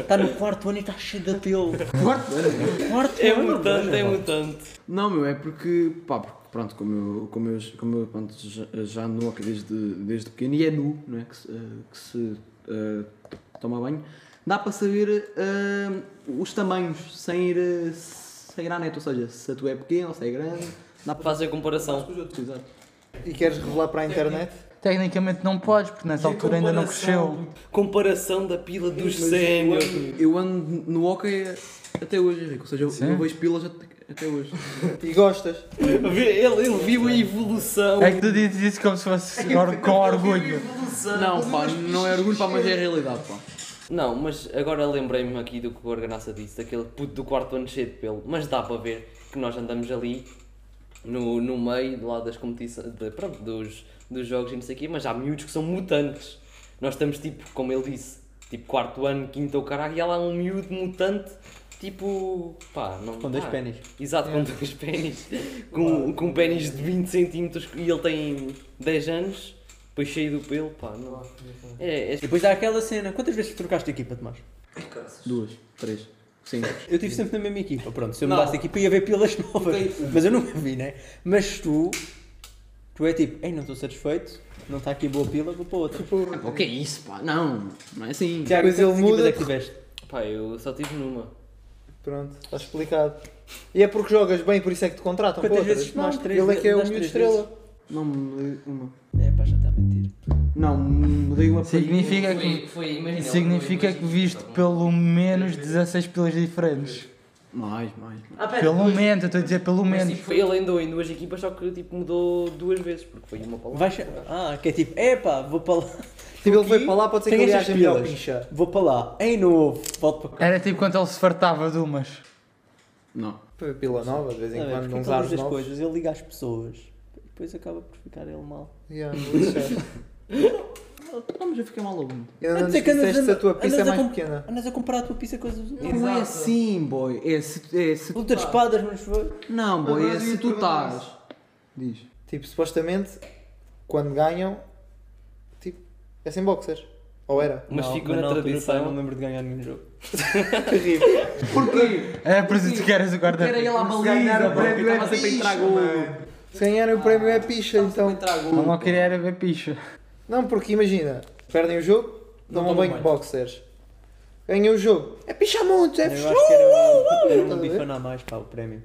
Speaker 1: está no quarto ano e está cheio de apelo?
Speaker 2: Quarto ano, né?
Speaker 1: Quarto
Speaker 6: É
Speaker 1: ano,
Speaker 6: mutante,
Speaker 1: mano.
Speaker 6: é mutante.
Speaker 2: Não, meu, é porque, pá, porque pronto, como eu, como eu, como eu pronto, já, já ando aqui desde, desde pequeno, e é nu, não é, que se, eh, que se eh, toma banho, dá para saber eh, os tamanhos, sem ir, eh, sem ir à neta, ou seja, se a tua é pequena ou se é grande, dá para
Speaker 6: Fazem a comparação.
Speaker 2: os outros, exato.
Speaker 5: E queres revelar para a internet?
Speaker 3: Tecnicamente não podes, porque nessa altura ainda não cresceu.
Speaker 6: Comparação da pila dos sénios.
Speaker 2: Eu ando no hockey até hoje, Henrique, ou seja, eu, eu vejo pilas até, até hoje.
Speaker 5: E gostas?
Speaker 6: Ele, ele viu a evolução.
Speaker 3: É que tu dizes isso como se
Speaker 2: (laughs)
Speaker 3: fosse or- com orgulho.
Speaker 2: não, pá, não é orgulho, pá, mas é a realidade, pá.
Speaker 6: Não, mas agora lembrei-me aqui do que o Arganaça disse, daquele puto do quarto ano cheio de pelo. Mas dá para ver que nós andamos ali no, no meio lá das competições, de- pronto, dos, dos jogos e não sei o quê, mas há miúdos que são mutantes. Nós estamos tipo, como ele disse, tipo quarto ano, quinto ou caralho, e há lá um miúdo mutante, tipo. pá, não
Speaker 1: Com dois
Speaker 6: dá.
Speaker 1: pênis. É.
Speaker 6: Exato, com
Speaker 1: (laughs)
Speaker 6: dois pênis. com, com um pênis de 20 centímetros e ele tem 10 anos, depois cheio do pelo, pá, não. É, é
Speaker 1: E depois há aquela cena, quantas vezes trocaste de equipa, Tomás?
Speaker 2: Duas, três, cinco.
Speaker 1: Eu estive sempre na mesma equipa, pronto, se eu
Speaker 2: Não.
Speaker 1: mudasse de equipa ia ver pilas novas, mas eu nunca vi, né? Mas tu, tu é tipo, ei, não estou satisfeito, não está aqui boa pila, vou para outra.
Speaker 2: O que é isso, pá? Não, não é assim.
Speaker 1: Tiago,
Speaker 5: Tipo, Mas ele
Speaker 1: quantas equipas
Speaker 5: muda-
Speaker 1: é que tiveste?
Speaker 6: Pá, eu só tive numa.
Speaker 5: Pronto, está explicado. E é porque jogas bem, por isso é que te contratam.
Speaker 1: Quantas
Speaker 5: para outras?
Speaker 1: vezes nós
Speaker 5: Não,
Speaker 1: três
Speaker 5: Ele é que é o
Speaker 1: nós
Speaker 5: miúdo
Speaker 1: três
Speaker 5: estrela.
Speaker 2: Não, mudei uma.
Speaker 1: É para já está a mentir.
Speaker 2: Não, mudei uma para-
Speaker 3: Significa
Speaker 8: Foi,
Speaker 3: que,
Speaker 8: foi, imagina,
Speaker 3: significa
Speaker 8: foi-
Speaker 3: que viste pelo menos 16 pilas diferentes.
Speaker 2: Mais, mais. mais.
Speaker 8: Ah, pera,
Speaker 3: Pelo
Speaker 8: duas-
Speaker 3: menos, eu estou a dizer pelo
Speaker 6: Mas,
Speaker 3: menos.
Speaker 6: tipo, foi- ele andou em duas equipas, só que tipo, mudou duas vezes, porque foi uma palavra.
Speaker 1: Vai che- Ah, que é tipo, epá, vou para lá.
Speaker 5: Tipo, ele
Speaker 1: aqui,
Speaker 5: (laughs) foi para lá, pode ser que
Speaker 1: tenho
Speaker 5: ele
Speaker 1: estas
Speaker 5: ache melhor
Speaker 1: pilas.
Speaker 5: pincha.
Speaker 1: Vou para lá. Ei, não houve. Volto para cá.
Speaker 3: Era tipo quando ele se fartava de umas.
Speaker 2: Não.
Speaker 5: Foi pila nova, de vez em
Speaker 1: Está bem, é,
Speaker 5: quando,
Speaker 1: porque
Speaker 5: uns
Speaker 1: ele
Speaker 5: ares
Speaker 1: diz as
Speaker 5: novos.
Speaker 1: coisas, ele liga às pessoas. Depois acaba por ficar ele mal.
Speaker 5: Yeah, vou deixar.
Speaker 2: Não, mas eu fiquei mal algum.
Speaker 5: Eu
Speaker 1: Antes
Speaker 5: não
Speaker 1: é que andas
Speaker 5: disseste
Speaker 1: a-
Speaker 5: a tua pista é
Speaker 1: andas a
Speaker 5: mais
Speaker 1: com-
Speaker 5: pequena.
Speaker 1: Andas a comprar a tua pizza com as
Speaker 2: Não é assim, boy. É se. É se
Speaker 1: Luta de espadas, mas foi.
Speaker 2: não, boy. É se tu estás. Diz.
Speaker 5: Tipo, supostamente, quando ganham, tipo, é sem boxers. Ou era?
Speaker 6: Mas
Speaker 1: Não,
Speaker 6: ficou na
Speaker 1: altura, pá, eu Não
Speaker 6: tradição.
Speaker 1: me lembro de ganhar nenhum jogo.
Speaker 2: Porquê?
Speaker 3: Era É, por isso que eras o guarda
Speaker 2: Era ele à baliza, boy. Eu estava sempre a entrar gol.
Speaker 5: Se ganharem o prémio é
Speaker 1: Ah,
Speaker 5: picha, então.
Speaker 3: Não não queria era ver picha.
Speaker 5: Não, porque imagina, perdem o jogo, tomam banho de boxers. Ganham o jogo, é picha muito, é
Speaker 1: Eu
Speaker 5: picha.
Speaker 1: acho que era, era
Speaker 5: Estás a
Speaker 1: um
Speaker 5: ver?
Speaker 1: bifana a mais, pá, o prémio.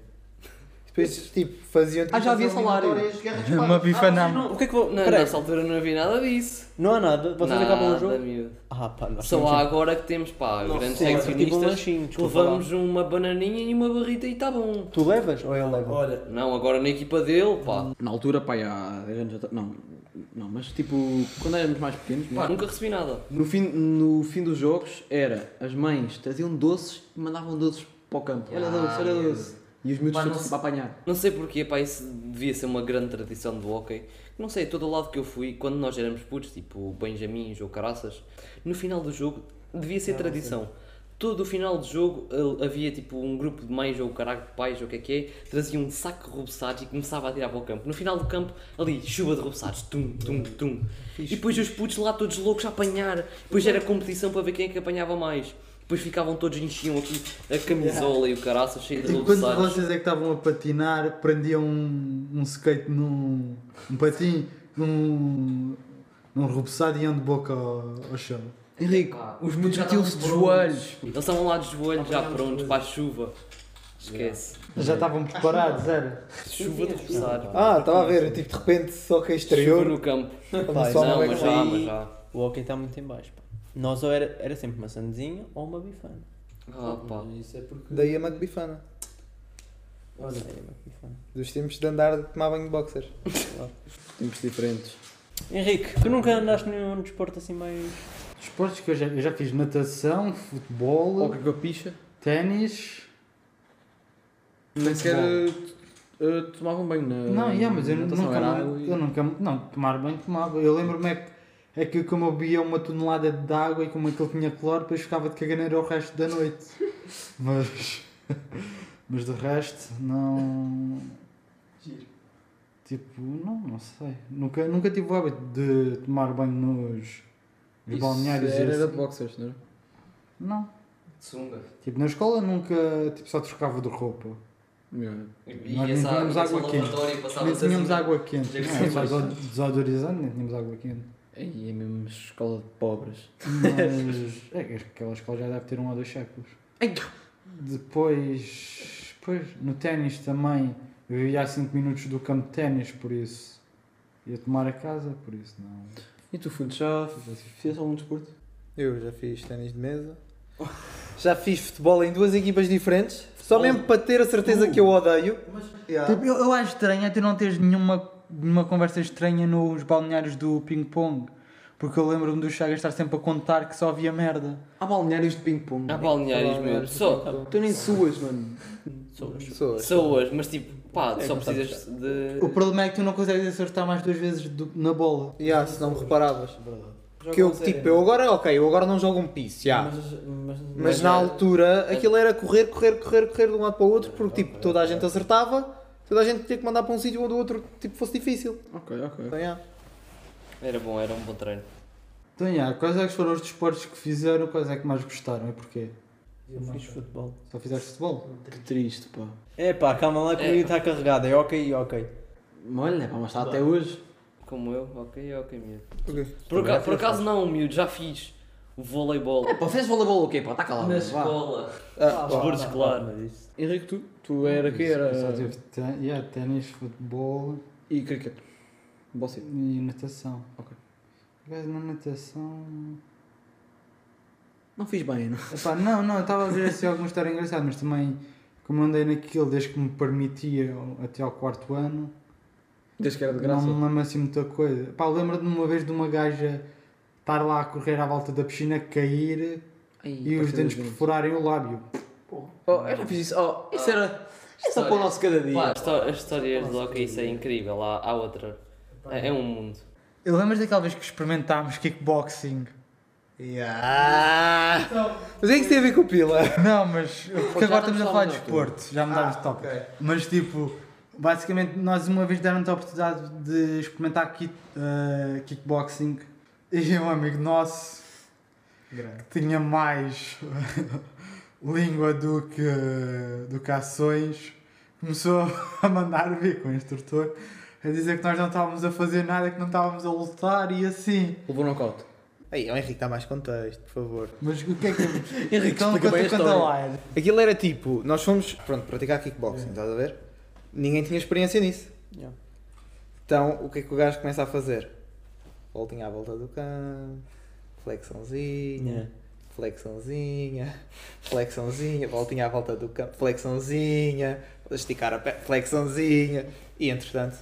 Speaker 5: Depois, tipo, faziam tipo,
Speaker 2: Ah, já havia
Speaker 5: as
Speaker 2: salário.
Speaker 5: eliminatórias, guerra de
Speaker 3: Uma
Speaker 5: espadas.
Speaker 3: bifa
Speaker 2: assim,
Speaker 3: na
Speaker 6: O que é que vou... Na,
Speaker 1: Peraí.
Speaker 6: nessa altura não havia nada disso.
Speaker 1: Não há nada, vocês
Speaker 6: nada,
Speaker 1: acabam o jogo.
Speaker 6: miúdo.
Speaker 1: Ah, pá, nós
Speaker 6: Só
Speaker 1: temos-
Speaker 6: há agora que temos, pá, grandes
Speaker 1: sim, tipo um
Speaker 6: seccionistas.
Speaker 1: lanchinho, desculpa
Speaker 6: levamos uma bananinha e uma barrita e está bom.
Speaker 1: Tu levas ou ele leva?
Speaker 8: Olha,
Speaker 6: Não, agora na equipa dele,
Speaker 1: Hum.
Speaker 6: pá.
Speaker 2: Na altura, pá, há 10 anos atrás. Não, não, mas tipo, quando éramos mais pequenos,
Speaker 6: Pá, nunca recebi nada.
Speaker 2: no, fim, no fim dos jogos, era as mães traziam doces e mandavam doces para o campo. Olha doce, olha doce. E os miúdos
Speaker 8: Pá, não
Speaker 2: todos
Speaker 8: se-
Speaker 2: para apanhar.
Speaker 6: Não sei porquê, pá, isso devia ser uma grande tradição do hockey. Não sei, todo o lado que eu fui, quando nós éramos putos, tipo Benjamins ou Caraças, no final do jogo devia
Speaker 8: Ah,
Speaker 6: ser tradição. Todo o final do jogo eh, havia tipo um grupo de mães ou caralho de pais ou o que é que é, trazia um saco de rubeçados e começava a tirar para o campo. No final do campo, ali, chuva de rubeçados, tum, tum, tum. E depois os putos lá todos loucos a apanhar, depois era competição para ver quem é que apanhava mais. Depois ficavam todos, enchiam aqui a camisola e o caraças cheio de
Speaker 8: E quando
Speaker 6: rubeçados.
Speaker 8: vocês é que estavam a patinar, prendiam um, um skate num um patim, num, num rubeçado e iam de boca ao, ao chão.
Speaker 2: Henrique, É os miúdos metiam-se de joelhos.
Speaker 6: Eles estavam lá de joelhos já prontos para a chuva. Esquece.
Speaker 8: Já estavam preparados, era?
Speaker 6: Chuva de roçar.
Speaker 5: Ah, estava a ver, tipo, de repente só que é
Speaker 6: Chuva
Speaker 5: exterior.
Speaker 6: no campo.
Speaker 5: Quando só
Speaker 6: Não,
Speaker 5: um é
Speaker 6: mas
Speaker 5: que
Speaker 6: já,
Speaker 5: vai.
Speaker 6: mas já.
Speaker 1: O hockey está muito em baixo, pá. Nós ou era, era sempre uma sandezinha ou uma bifana.
Speaker 6: Ah, pá.
Speaker 8: Isso é porque.
Speaker 5: Daí a McBifana.
Speaker 1: Olha. Era uma bifana.
Speaker 5: Dos tempos de andar de tomar banho de boxers.
Speaker 2: Tempos diferentes.
Speaker 1: Henrique, tu nunca andaste nenhum desporto assim mais...
Speaker 3: Desportos que eu já, eu já fiz natação, futebol,
Speaker 2: Ou que eu picha.
Speaker 3: ténis.
Speaker 2: Nem sequer eh, eh, tomavam banho na.
Speaker 3: Não, yeah, mas eu
Speaker 2: na
Speaker 3: nunca,
Speaker 2: natação, era
Speaker 3: eu,
Speaker 2: água e-
Speaker 3: nunca. Não, tomar banho tomava. Eu lembro-me é que, é que como eu bebia uma tonelada de água e como aquilo tinha cloro, depois ficava de caganeira o resto da noite.
Speaker 2: (laughs)
Speaker 3: Mas. (laughs) Mas do resto, não. Tipo, não, não sei. Nunca, nunca tive o hábito de tomar banho nos, nos
Speaker 2: Isso
Speaker 3: balneários. e
Speaker 2: Era da
Speaker 3: assim.
Speaker 2: boxers, não era?
Speaker 3: Não.
Speaker 8: Sunga.
Speaker 3: Tipo, na escola nunca. Tipo, só trocava de roupa.
Speaker 2: Yeah.
Speaker 3: Nós nem tínhamos água quente. Nem tínhamos água quente.
Speaker 8: Já é que
Speaker 3: Não,
Speaker 8: sim,
Speaker 3: só
Speaker 8: mas-
Speaker 3: deso- desodorizante, nem tínhamos água quente.
Speaker 2: Aí é mesmo escola de pobres.
Speaker 3: Mas. (laughs) é que aquela escola já deve ter um ou dois séculos. Depois. Depois, no ténis também. Eu ia a 5 minutos do campo de ténis, por isso. Ia tomar a casa, por isso não.
Speaker 2: E tu, Fundo, já fizeste algum desporto?
Speaker 5: Eu já fiz ténis de mesa. Já fiz futebol em duas equipas diferentes. Só mesmo para ter a certeza que eu odeio. Yeah.
Speaker 3: Tipo, eu, eu acho estranho é tu não teres nenhuma, nenhuma conversa estranha nos balneários do ping-pong. Porque eu lembro-me do Chagas estar sempre a contar que só havia merda.
Speaker 2: Há balneários de ping-pong.
Speaker 6: Há balneários, meu. Só,
Speaker 2: Tu nem suas, mano.
Speaker 5: Pessoas.
Speaker 6: só hoje, mas tipo, pá, só precisas de.
Speaker 3: O problema é que tu não consegues acertar mais duas vezes do- na bola.
Speaker 5: Yeah, se não me reparavas. Que eu, tipo, eu agora, ok, eu agora não jogo um piso, yeah. mas, é na altura aquilo era correr, correr, correr, correr de um lado para o outro, porque tipo, toda a gente acertava, toda a gente tinha que mandar para um sítio onde o outro tipo, fosse difícil.
Speaker 2: Ok, ok.
Speaker 5: Então, yeah.
Speaker 6: Era bom, era um bom treino.
Speaker 3: Então, yeah, quais é que foram os desportos que fizeram, quais é que mais gostaram e porquê?
Speaker 1: Eu fiz futebol.
Speaker 3: Só fizeste futebol?
Speaker 2: Que triste, pá.
Speaker 1: É pá, calma lá que o
Speaker 6: É.
Speaker 1: menino está carregado. É ok, ok.
Speaker 2: Olha, pá, mas está até hoje.
Speaker 6: Como eu, ok, ok, miúdo. Por, aca- por acaso não, miúdo, já fiz voleibol.
Speaker 2: Pá, fizeste voleibol o quê, pá? Está calado.
Speaker 6: Na
Speaker 2: vá.
Speaker 6: escola.
Speaker 5: Ah,
Speaker 6: Os gordos, claro.
Speaker 1: Mas isso-
Speaker 2: Henrique, tu? Tu era que
Speaker 3: Só
Speaker 2: era...
Speaker 3: tive ten- yeah, ténis, futebol,
Speaker 2: E cricket. Você.
Speaker 3: E natação.
Speaker 2: Ok.
Speaker 3: Por acaso, na natação.
Speaker 2: Não fiz bem, não?
Speaker 3: Epá, não, não, eu estava a ver assim alguma história engraçada, mas também, como andei naquilo desde que me permitia ao- até ao quarto ano,
Speaker 2: Desde que era de
Speaker 3: não
Speaker 2: graça.
Speaker 3: me lembro assim muita coisa. Pá, lembro-me de uma vez de uma gaja estar lá a correr à volta da piscina, cair e os dentes perfurarem o lábio.
Speaker 2: Oh, eu já fiz isso. Oh,
Speaker 6: Ah,
Speaker 2: isso era. Isso é só para o nosso cada dia.
Speaker 6: Pá, as histó- as histórias do hockey, isso é incrível. Há, há outra. É, é um mundo.
Speaker 5: Eu lembro daquela vez que experimentámos kickboxing.
Speaker 2: Mas é que isso tem a ver com pila. Ah,
Speaker 5: Não, mas. Porque agora estamos a falar de
Speaker 2: não,
Speaker 5: desporto. Já mudámos de tópico.
Speaker 3: Mas tipo, basicamente nós uma vez deram-te a oportunidade de experimentar kick- eh, kickboxing e um amigo nosso que tinha mais língua do que, do que ações começou a mandar vir com o instrutor a dizer que nós não estávamos a fazer nada, que não estávamos a lutar e assim.
Speaker 2: Levou um knockout.
Speaker 5: Aí, o Henrique dá mais contexto, por favor.
Speaker 3: Mas o que é que.
Speaker 2: (laughs) Henrique, explica bem a
Speaker 3: conta
Speaker 2: história.
Speaker 3: lá.
Speaker 5: Aquilo era tipo, nós fomos, pronto, praticar kickboxing, estás a ver? Ninguém tinha experiência nisso.
Speaker 1: Yeah.
Speaker 5: Então, o que é que o gajo começa a fazer? Voltinha à volta do cão, flexãozinha,
Speaker 1: Yeah.
Speaker 5: flexãozinha, flexãozinha, voltinha à volta do cão, flexãozinha, esticar a perna, flexãozinha. E, entretanto,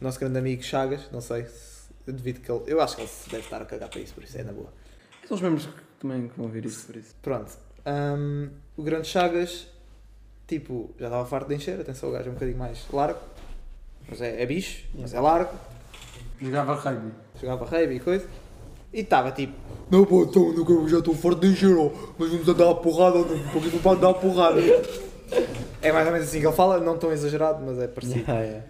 Speaker 5: o nosso grande amigo Chagas, não sei, se, eu devido que ele, eu acho que ele se deve estar a cagar para isso, por isso é na boa.
Speaker 2: São os membros que também que vão ouvir isso, por isso.
Speaker 5: Pronto. Hum, o Grande Chagas, tipo, já estava farto de encher. Atenção, o gajo é um bocadinho mais largo. Mas é, é bicho, mas é largo.
Speaker 3: Jogava rugby.
Speaker 5: Jogava rave e coisa. E estava tipo,
Speaker 8: Não, pô, então, nunca- eu já estou forte de encher, ó, mas vamos andar a porrada, não, porque não pode dar a porrada.
Speaker 5: é mais ou menos assim que ele fala, não tão exagerado, mas é parecido.
Speaker 1: Yeah, yeah.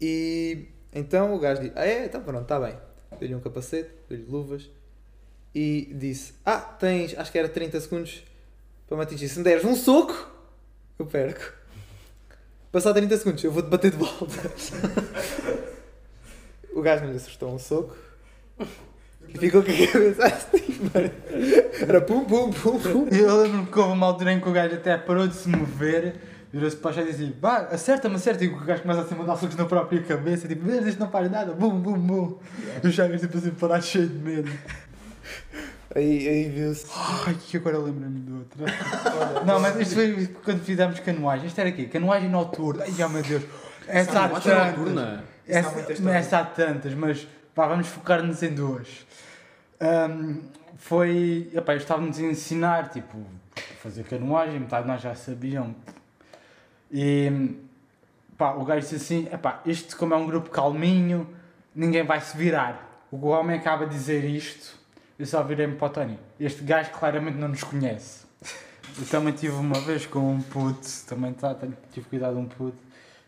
Speaker 5: E então o gajo disse: Ah, é, então pronto, está bem. Deu-lhe um capacete, deu-lhe luvas e disse: Ah, tens, acho que era 30 segundos para me atingir. Se me deres um soco, eu perco. Passar 30 segundos, eu vou-te bater de volta. (laughs) o gajo não lhe acertou um soco e ficou com a cabeça assim, mano. Era pum, pum, pum, pum.
Speaker 3: Eu lembro-me que houve uma altura em que o gajo até parou de se mover, virou-se para o chão e disse: Vá, acerta-me, acerta. E o gajo começa a se mandar socos na própria cabeça, tipo, vês, isto não faz nada, bum, bum, bum. E o Chagas, tipo assim, parado cheio de medo.
Speaker 5: Aí, aí viu-se.
Speaker 3: Ai, que agora lembro-me do outro. não, mas isto foi quando fizemos canoagem. Isto era aqui, canoagem noturna. Ai, oh meu Deus. Essa há
Speaker 2: é tá,
Speaker 3: tantas. Essa, essa há tantas, mas pá, vamos focar-nos em duas. Ahm, foi. Epá, eles estavam-nos a ensinar, tipo, a fazer canoagem, metade nós já sabiam. E pá, o gajo disse assim: epá, isto, como é um grupo calminho, ninguém vai se virar. O homem acaba de dizer isto, eu só virei-me para o Tony. Este gajo claramente não nos conhece. Eu também tive uma vez com um puto, também tá, tenho- tive cuidado de um puto,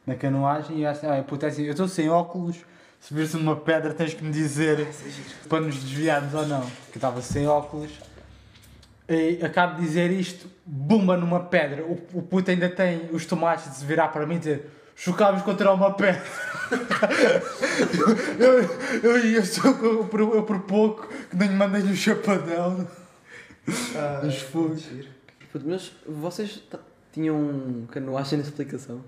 Speaker 3: na canoagem, e eu assim, ah, puto, é assim, eu estou sem óculos, se vires uma pedra tens que me dizer para nos desviarmos ou não, que eu estava sem óculos. E acabo de dizer isto, bumba numa pedra. O, o puto ainda tem os tomates de se virar para mim e dizer: chocámos contra uma pedra. (laughs) eu, eu, eu, estou com- eu por, eu por pouco que nem mandei-lhe o chapadão. Mas foi.
Speaker 2: Puto, Mas vocês t- tinham um canoagem na explicação?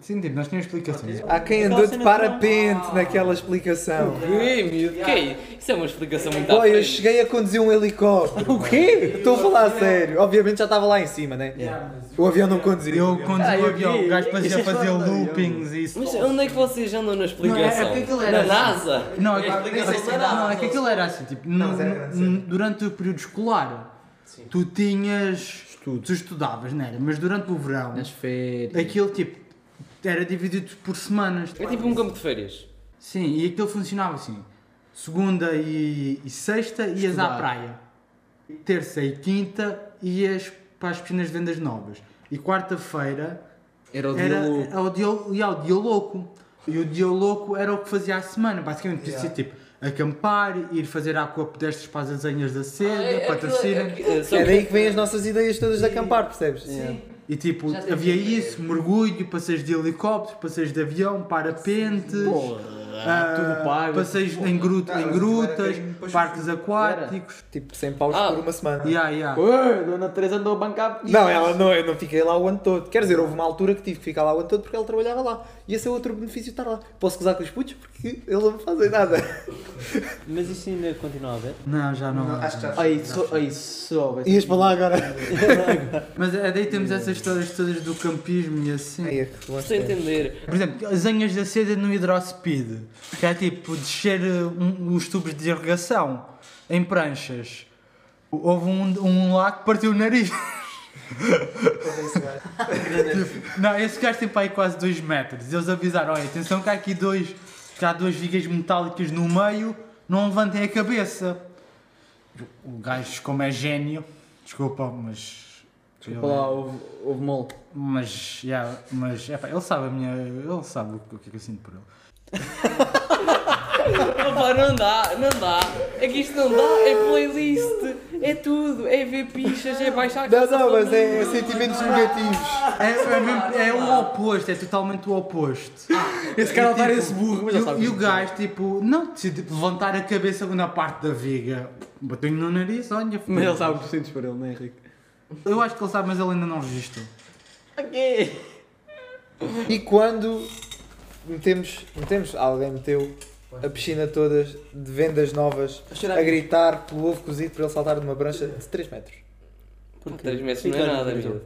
Speaker 3: Sim, tipo, nós tínhamos explicações.
Speaker 5: Há quem andou de parapente naquela explicação.
Speaker 6: Que miúdo? Que é isso? Isso é uma explicação muito à
Speaker 5: Boy, eu
Speaker 6: frente.
Speaker 5: cheguei a conduzir um helicóptero. O quê? Estou a falar a sério. Obviamente já estava lá em cima, né? O avião não conduzia.
Speaker 3: Ah, Eu é conduzi o avião, o gajo fazia fazer loopings e isso.
Speaker 6: Mas onde é que vocês andam na explicação? Na NASA?
Speaker 3: Não, é que, não, é que aquilo era assim, tipo, no-
Speaker 5: mas era
Speaker 3: no-
Speaker 5: grande
Speaker 3: no- durante o período escolar, tu tinhas, tu estudavas, não era? Mas durante o verão,
Speaker 2: Nas férias.
Speaker 3: aquilo tipo, era dividido por semanas.
Speaker 6: É tipo um campo de férias.
Speaker 3: Sim, e aquilo funcionava assim, segunda e, e sexta ias à
Speaker 2: Estudar.
Speaker 3: praia, terça e quinta ias para as piscinas de vendas novas, e quarta-feira
Speaker 2: Era o dia
Speaker 3: era
Speaker 2: louco.
Speaker 3: ao dia, e ao dia louco. E o dia louco era o que fazia a semana, basicamente. Podia ser tipo acampar, ir fazer água pedestres para as azenhas da seda, para a terceira.
Speaker 5: É daí que vêm as nossas ideias todas de acampar, percebes? Sim.
Speaker 3: E tipo, havia isso: mergulho, passeios de helicóptero, passeios de avião, parapente. ah,
Speaker 2: tudo pago.
Speaker 3: Passeios em, gruta, em grutas, parques aquáticos.
Speaker 5: Tipo, 100 paus
Speaker 6: Ah.
Speaker 5: por uma semana.
Speaker 3: Yeah, yeah.
Speaker 2: Ué, Dona Teresa andou a bancar.
Speaker 5: Não, ela não, eu não fiquei lá o ano todo. Quer dizer, houve uma altura que tive que ficar lá o ano todo porque ela trabalhava lá. E esse é outro benefício de estar lá. Posso gozar com os putos porque eles não fazem nada.
Speaker 1: Mas isso ainda continua a ver?
Speaker 3: Não, já não.
Speaker 9: Acho que já
Speaker 2: Aí, só, aí, só. vai ser-
Speaker 5: Ias para lá agora.
Speaker 3: Mas é daí temos essas histórias todas do campismo e assim.
Speaker 5: Ai, é que bom.
Speaker 6: Sem entender.
Speaker 3: Por exemplo, as anhas da seda no hidrospeed, que é tipo descer uh, um- os tubos de irrigação em pranchas. Houve um, um lá que partiu o nariz. Tipo, não, esse gajo tem para aí quase 2 metros. Eles avisaram: olha, atenção que há aqui dois, que há duas vigas metálicas no meio, não levantem a cabeça. O gajo, como é gênio, desculpa, mas. é-
Speaker 2: Desculpa lá, houve, houve mole.
Speaker 3: Mas, yeah, mas epá, ele sabe a minha. Ele sabe o que, o que é que eu sinto por ele.
Speaker 6: Opa, não dá, não dá. É que isto não dá, é playlist, é tudo, é ver pichas, é baixar
Speaker 5: Não, não, mas é sentimentos negativos.
Speaker 3: É, é, mesmo- é o oposto, é totalmente o oposto.
Speaker 2: Esse cara
Speaker 3: tipo,
Speaker 2: está esse burro, mas
Speaker 3: e,
Speaker 2: já
Speaker 3: o-
Speaker 2: sabe.
Speaker 3: e o gajo, tipo, não decide levantar a cabeça na parte da viga. Bateu-lhe no nariz, olha.
Speaker 2: Mas
Speaker 3: foda-se.
Speaker 2: ele sabe o que sentes por ele, não é, Henrique?
Speaker 3: Eu acho que ele sabe, mas ele ainda não registrou.
Speaker 5: E quando metemos, metemos, alguém meteu a piscina toda de vendas novas a gritar pelo ovo cozido para ele saltar de uma brancha de 3 metros.
Speaker 6: Porque 3 meses não é nada, amigo.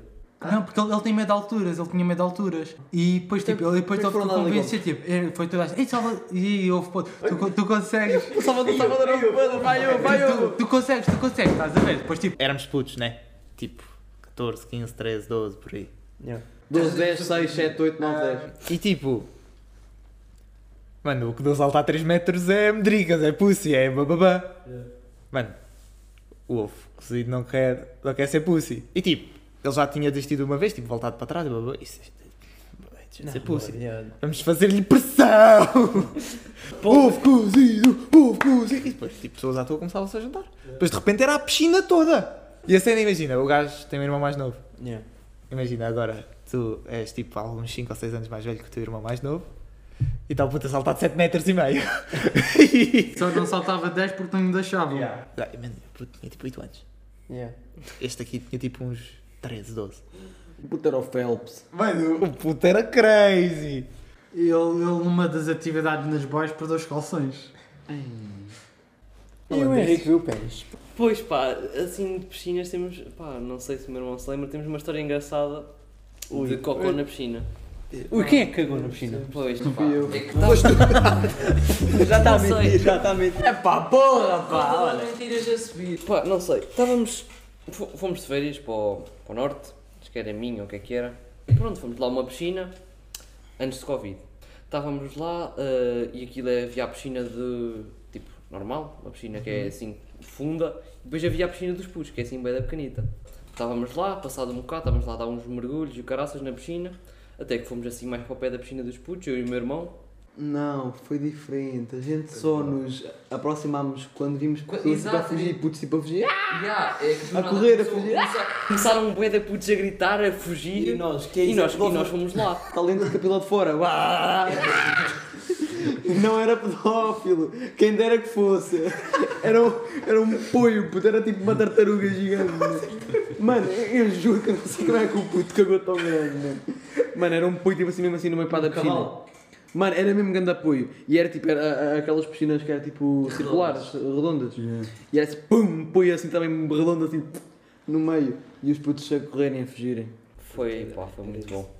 Speaker 3: Não, porque ele, ele tem medo de alturas, ele tinha medo de alturas. E depois, tipo, ele depois ele
Speaker 2: Depois
Speaker 3: ficou
Speaker 2: foram lá
Speaker 3: convencido, tipo, ele foi toda a gente, "Ei, Salvador", e houve, pô, tu, co- tu consegues.
Speaker 2: O Salvador estava
Speaker 3: é um
Speaker 2: a dar vai eu, vai
Speaker 3: Tu, tu consegues, tu consegues, estás a ver? Depois, tipo,
Speaker 9: Éramos putos, né? Tipo, 14, 15, 13, 12, por aí.
Speaker 2: 12, 10, (laughs) 6, 7, 8, 9, 10.
Speaker 9: E tipo. Mano, o que deu saltar 3 metros é medrigas, é pussy, é bababá. Mano, o ovo cozido não quer, não quer ser pussy. E tipo, ele já tinha desistido uma vez, tipo, voltado para trás, e bababá. Isso, isto, deixa
Speaker 1: é
Speaker 9: de ser pussy. Vamos fazer-lhe pressão! ovo cozido, ovo cozido. E depois, tipo, pessoas à toa começavam-se a jantar. Depois de repente era a piscina toda. E a cena, imagina, o gajo tem um irmão mais novo.
Speaker 1: Yeah.
Speaker 9: Imagina agora, tu és tipo alguns 5 ou 6 anos mais velho que o teu irmão mais novo e está o puto a saltar de 7 metros e meio.
Speaker 3: só não saltava 10 porque não me deixavam.
Speaker 9: Ah, mano, o puto tinha tipo 8 anos.
Speaker 1: Yeah.
Speaker 9: Este aqui tinha tipo uns 13, 12.
Speaker 2: O puto era o Phelps.
Speaker 9: O puto era crazy!
Speaker 3: Ele, ele numa das atividades nas boys perdeu os calções.
Speaker 1: E o Henrique viu o pênis.
Speaker 6: Pois pá, assim de piscinas temos. pá, não sei se o meu irmão se lembra, temos uma história engraçada de cocô na piscina.
Speaker 1: Ui, quem é que cagou na piscina?
Speaker 6: Pois pá. É que tá-
Speaker 1: Já está a
Speaker 6: Não sei.
Speaker 1: (laughs) mentir, já está a mentir. É pá, porra, pá, olha.
Speaker 6: Pá, não sei, estávamos. fo- Fomos de férias para o, para o norte, acho que era minha ou o que é que era. E pronto, fomos lá a uma piscina, antes de Covid. Estávamos lá eh, e aquilo é- havia a piscina de. tipo, normal, uma piscina que é assim, funda. E depois havia a piscina dos putos, que é assim, bem da pequenita. Estávamos lá, passado um bocado, estávamos lá a dar uns mergulhos e o caraças na piscina. Até que fomos assim mais para o pé da piscina dos putos, eu e o meu irmão.
Speaker 2: Não, foi diferente. A gente só nos aproximámos quando vimos pessoas tipo, a
Speaker 6: Exato.
Speaker 2: fugir, putos tipo a fugir. Ah,
Speaker 6: a
Speaker 2: correr, a fugir.
Speaker 6: Começaram um bué de putos a gritar, a fugir.
Speaker 1: E nós, que é
Speaker 6: E
Speaker 1: isso?
Speaker 6: nós, e nós fomos lá.
Speaker 2: Talento de cabelo de fora. Uá! Não era pedófilo. Quem dera que fosse. Era um, era um poio, puto. Era tipo uma tartaruga gigante. Mano, Mano, eu eu juro que eu não sei como é que o puto cagou tão grande, mano. Mano, era um poio tipo assim mesmo assim no meio para da piscina. Mano, era mesmo grande apoio. E era tipo, era, a- a- aquelas piscinas que era tipo circulares, redondas. E era assim, pum, apoio assim também redondo assim, no meio. E os putos a correrem, a fugirem.
Speaker 6: Foi, pá, foi muito bom.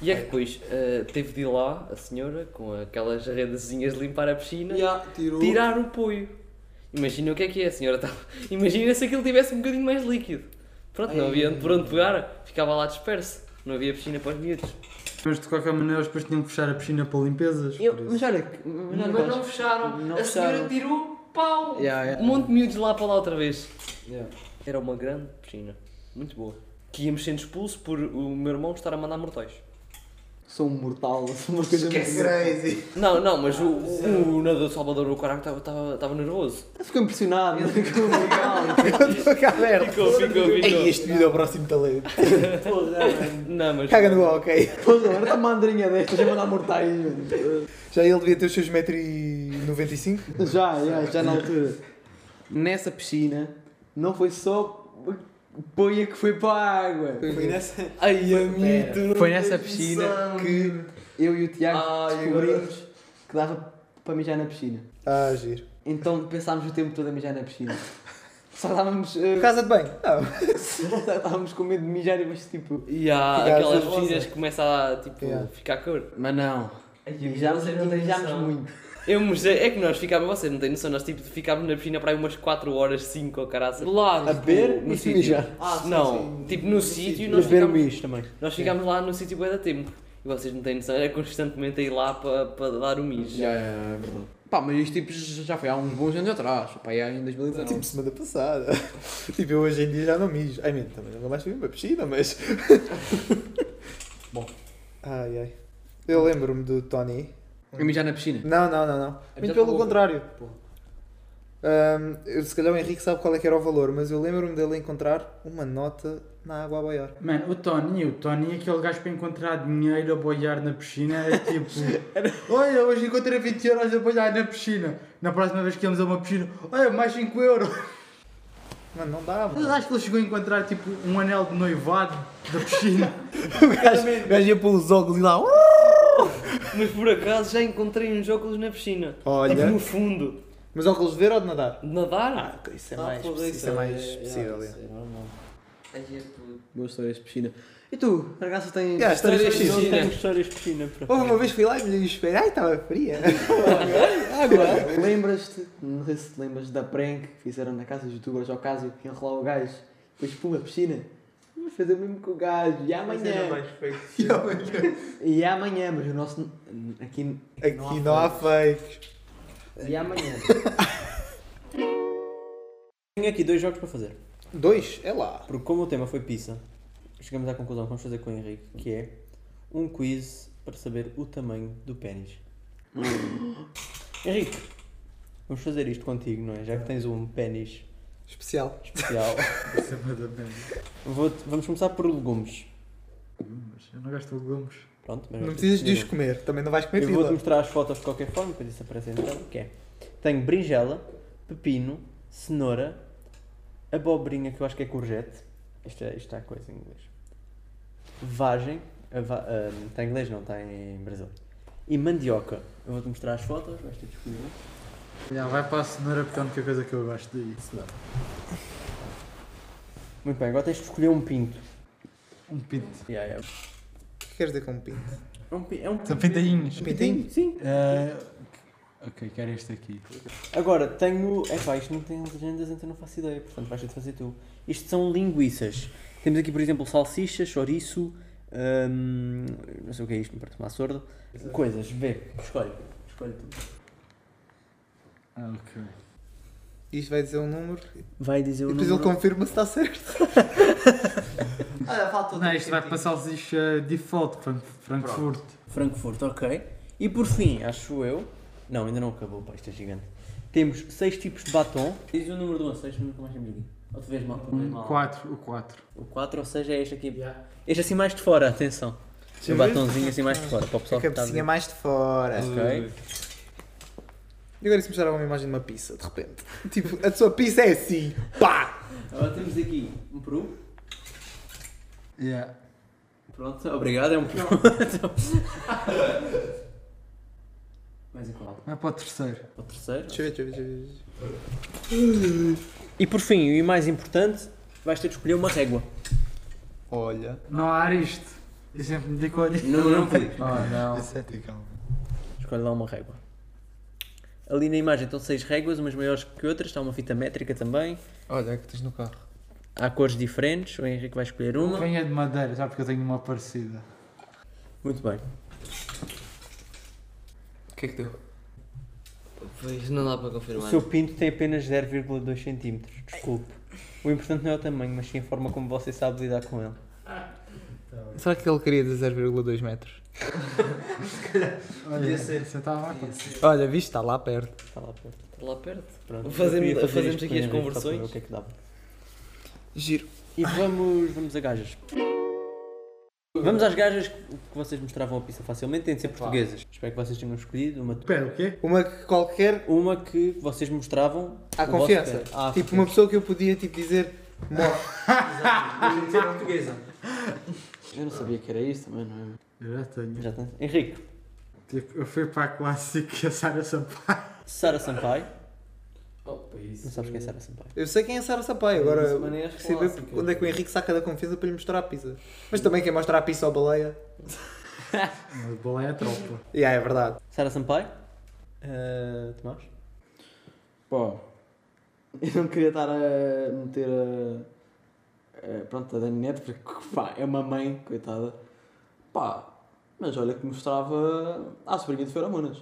Speaker 6: E é que depois eh, teve de ir lá a senhora com aquelas redezinhas de limpar a piscina
Speaker 2: tirou.
Speaker 6: tirar o poio. Imagina o que é que é, a senhora estava. (laughs) Imagina se aquilo tivesse um bocadinho mais líquido. Pronto, não havia onde- por onde pegar, ficava lá disperso. Não havia piscina para os miúdos.
Speaker 3: Mas de qualquer maneira, eles depois tinham que fechar a piscina para limpezas.
Speaker 2: Eu,
Speaker 3: por isso.
Speaker 2: mas olha, que- mas olha,
Speaker 6: Mas
Speaker 2: que-
Speaker 6: não fecharam.
Speaker 2: não
Speaker 6: a senhora
Speaker 2: fecharam.
Speaker 6: tirou pau.
Speaker 2: Yeah, yeah.
Speaker 6: Um monte de miúdos lá para lá outra vez.
Speaker 2: Yeah.
Speaker 6: Era uma grande piscina. Muito boa. Que íamos sendo expulsos por o meu irmão estar a mandar mortais.
Speaker 2: sou um mortal, (laughs) sou uma coisa muito
Speaker 5: Crazy.
Speaker 6: Não, não, mas
Speaker 1: Ah,
Speaker 6: o, o, o nadador Salvador do Caraca estava nervoso.
Speaker 2: Ficou impressionado, (laughs) ficou legal.
Speaker 5: Estou cá aberto.
Speaker 6: Ficou, ficou,
Speaker 5: Ei,
Speaker 6: ficou.
Speaker 5: este vídeo é o próximo talento. (laughs)
Speaker 6: Não, mas.
Speaker 5: Caga no ok.
Speaker 2: Pois agora está uma andrinha destas, já mandar mortais. mano.
Speaker 5: Já ele devia ter os seus 1,95m.
Speaker 2: Já, já, já na altura. Nessa piscina, não foi só poia que foi para a água.
Speaker 5: Foi nessa.
Speaker 2: Ai, amigo,
Speaker 3: Foi nessa piscina
Speaker 2: que eu e o Tiago
Speaker 5: Ai,
Speaker 2: descobrimos que dava para mijar na piscina.
Speaker 5: Ah, giro.
Speaker 2: Então pensámos o tempo todo a mijar na piscina. Só estávamos, eh, (laughs)
Speaker 5: Casa de banho. Ah,
Speaker 2: só estávamos com medo de mijar e depois tipo.
Speaker 6: E há
Speaker 5: Fica
Speaker 6: aquelas
Speaker 5: rosa.
Speaker 6: piscinas que começam a tipo,
Speaker 5: Yeah.
Speaker 6: ficar cor.
Speaker 2: Mas não. Mijámos e mijámos muito.
Speaker 6: Eu me sei- é que nós ficávamos, vocês não têm noção, nós tipo, ficávamos na piscina para aí umas 4 horas, 5 ou caraças. Lá,
Speaker 1: A
Speaker 6: tipo,
Speaker 1: beber
Speaker 6: no
Speaker 1: e se
Speaker 6: sítio.
Speaker 1: mijar.
Speaker 6: não, tipo no, sítio,
Speaker 1: E a
Speaker 6: nós
Speaker 1: beber
Speaker 6: ficámos,
Speaker 1: mijo também.
Speaker 6: nós ficámos lá no sítio bué da tempo. E vocês não têm noção, era constantemente a ir lá para, para dar o mijo.
Speaker 2: Já, é verdade. Pá, mas isto tipo já foi há uns bons anos atrás. Pá, aí em 2019.
Speaker 5: tipo, semana passada. (laughs) Tipo, eu hoje em dia já não mijo. Ai, minto, também nunca mais fui uma piscina, mas.
Speaker 2: Bom.
Speaker 5: Ai, ai. Eu lembro-me do Tony.
Speaker 2: A mijar na piscina.
Speaker 5: Não, não, não, não. Muito pelo contrário. Ahm, eu, se calhar o Henrique sabe qual é que era o valor, mas eu lembro-me dele encontrar uma nota na água a boiar.
Speaker 3: Mano, o Tony, o Tony é aquele gajo para encontrar dinheiro a boiar na piscina. É (laughs) tipo, olha, hoje encontrei 20 euros a boiar na piscina. Na próxima vez que íamos a uma piscina, olha, mais 5 euros.
Speaker 5: Mano, não dá,
Speaker 3: Mas
Speaker 5: mano.
Speaker 3: acho que ele chegou a encontrar tipo um anel de noivado da piscina.
Speaker 9: O gajo ia pelos óculos e lá. "Uh!"
Speaker 6: Mas por acaso já encontrei uns óculos na piscina.
Speaker 5: Olha.
Speaker 6: Tipo no fundo.
Speaker 5: Mas óculos de ver ou de nadar?
Speaker 6: De nadar?
Speaker 5: Ah, isso é mais, isso é mais possível. é.
Speaker 2: Boas histórias de piscina. E tu, a graça tem.
Speaker 5: Yeah, histórias de
Speaker 2: Não
Speaker 5: piscina.
Speaker 2: temos-
Speaker 1: histórias de piscina. por acaso.
Speaker 5: Houve uma vez que fui lá e me esperei, ai, estava fria.
Speaker 2: (laughs) Lembras-te, não sei se te lembras da prank que fizeram na casa dos youtubers ao caso que enrolar o gajo, depois pula a piscina. Vamos fazer o mesmo com o gajo, e amanhã. E amanhã, mas o nosso. Aqui,
Speaker 5: Aqui não há fakes.
Speaker 2: E amanhã.
Speaker 1: Tenho aqui dois jogos para fazer.
Speaker 5: Dois, é lá.
Speaker 1: Porque como o tema foi pizza, chegamos à conclusão que vamos fazer com o Henrique, que é um quiz para saber o tamanho do (laughs) pênis. Henrique, vamos fazer isto contigo, não é? Já que tens um pênis (laughs)
Speaker 5: Especial.
Speaker 1: especial.
Speaker 3: Isso é bué da merda.
Speaker 1: Vou- vamos começar por legumes.
Speaker 3: Mas eu não gasto legumes.
Speaker 1: Pronto, mas
Speaker 5: Não
Speaker 1: vais ter
Speaker 5: precisas
Speaker 1: que
Speaker 5: de os
Speaker 1: decidir um.
Speaker 5: comer, também não vais comer
Speaker 1: Eu vou-te
Speaker 5: fila.
Speaker 1: mostrar as fotos de qualquer forma, depois isso aparece então, que é. Tenho berinjela, pepino, cenoura, abobrinha, que eu acho que é courgette. Isto, é, isto é a coisa em inglês. Vagem, a va- ahm, está em inglês não, está em Brasil. E mandioca. Eu vou-te mostrar as fotos, vais ter de escolher.
Speaker 3: Já, vai para a cenoura porque é a única coisa que eu gosto daí.
Speaker 1: Muito bem, agora tens de escolher um pinto.
Speaker 3: Um pinto.
Speaker 1: Yeah, yeah.
Speaker 5: O que queres dizer com um pinto?
Speaker 1: É um, pi- é um
Speaker 3: São pintadinhos.
Speaker 5: Um pintinho?
Speaker 1: Sim.
Speaker 3: Eh, ok, quero este aqui.
Speaker 1: Agora, tenho. É pá, isto não tem legendas, então não faço ideia, portanto vais ter de fazer tu. Isto são linguiças. Temos aqui, por exemplo, salsicha, chouriço, hum, não sei o que é isto, me parece uma sorda. Coisas, vê, escolhe. Escolhe tu.
Speaker 3: Ah, ok.
Speaker 5: Isto vai dizer um número e
Speaker 1: Vai dizer o
Speaker 5: depois ele
Speaker 1: número.
Speaker 5: confirma se está certo.
Speaker 3: Não, isto vai para salsicha ah, default, Fran- Frankfurt.
Speaker 1: Frankfurt, ok. E por fim, acho eu. Não, ainda não acabou, pá, isto é gigante. Temos seis tipos de batom. Diz o número de uma, seis, nunca mais temos aqui. Ou tu vês mal, tu vês
Speaker 3: Um,
Speaker 1: mal.
Speaker 3: quatro, o 4.
Speaker 1: O 4 ou 6 é este aqui. Este assim mais de fora, atenção.
Speaker 5: Deixa
Speaker 1: O
Speaker 5: eu É ver.
Speaker 1: batomzinho assim mais de fora, para o
Speaker 5: A
Speaker 1: pessoal que está a
Speaker 5: cabecinha
Speaker 1: ver.
Speaker 5: mais de fora.
Speaker 1: Ok.
Speaker 5: E agora se mostrava uma imagem de uma pizza, de repente. (laughs) Tipo, a sua pizza é assim. Pá!
Speaker 1: Agora temos aqui um peru.
Speaker 3: Yeah.
Speaker 1: Pronto, obrigado, é um (laughs) peru. Mais em qual?
Speaker 3: Vai para o terceiro.
Speaker 1: O terceiro.
Speaker 5: Deixa eu ver, deixa eu ver, deixa eu ver.
Speaker 1: E por fim, e mais importante, vais ter de escolher uma régua.
Speaker 5: Olha.
Speaker 3: Não há isto. Eu sempre me digo olha.
Speaker 1: Não, não foi.
Speaker 3: (laughs) Oh, não.
Speaker 1: Escolhe lá uma régua. Ali na imagem estão seis réguas, umas maiores que outras, está uma fita métrica também.
Speaker 9: Olha, é que tens no carro.
Speaker 1: Há cores diferentes, o Henrique vai escolher uma.
Speaker 3: Venha de madeira, já porque eu tenho uma parecida.
Speaker 1: Muito bem.
Speaker 9: O que é que deu?
Speaker 6: Pois não dá para
Speaker 1: O
Speaker 6: confirmar.
Speaker 1: seu pinto tem apenas 0,2 cm, desculpe. O importante não é o tamanho, mas sim a forma como você sabe lidar com ele.
Speaker 9: Será que ele queria dizer 0,2 metros?
Speaker 3: Olha, você estava lá.
Speaker 9: Olha, viste, está lá perto.
Speaker 1: Está lá perto.
Speaker 6: Lá perto.
Speaker 1: Pronto.
Speaker 6: Fazemos-
Speaker 1: Eu queria fazer
Speaker 6: fazemos
Speaker 1: isto
Speaker 6: aqui as
Speaker 1: primeiro, só para ver
Speaker 6: conversões.
Speaker 1: O que é que dava.
Speaker 9: Giro.
Speaker 1: E vamos, vamos a gajas. Vamos às gajas que que vocês mostravam a pista facilmente, têm de ser portuguesas. Espero que vocês tenham escolhido uma,
Speaker 8: Espera, o quê?
Speaker 5: Uma que qualquer
Speaker 1: uma que vocês mostravam.
Speaker 5: à
Speaker 1: o vosso
Speaker 5: confiança.
Speaker 1: pé. Ah,
Speaker 5: tipo,
Speaker 1: tipo
Speaker 5: uma pessoa que eu podia tipo, dizer. "Morre."
Speaker 3: um
Speaker 1: portuguesa.
Speaker 2: Eu não sabia que era isso também, não é?
Speaker 8: Eu já tenho.
Speaker 1: Já tens? Henrique,
Speaker 8: Tipo, eu fui para a clássica Sara Sampaio.
Speaker 1: Sara Sampaio. Não sabes quem é Sara Sampaio?
Speaker 5: Eu sei quem é Sara Sampaio, agora eu preciso ver onde é que o Henrique saca da confiança para lhe mostrar a pizza. Mas também quem mostra a pizza ao baleia.
Speaker 8: Mas bola é a tropa.
Speaker 5: Yeah, é verdade. Eh,
Speaker 1: Sara Sampaio? Ah, Tomás?
Speaker 2: Pô, eu não queria estar a meter a. a- pronto, a Dani Neto, porque pá, é uma mãe, coitada. Pá, mas olha que mostrava à sobrinha de Feromonas.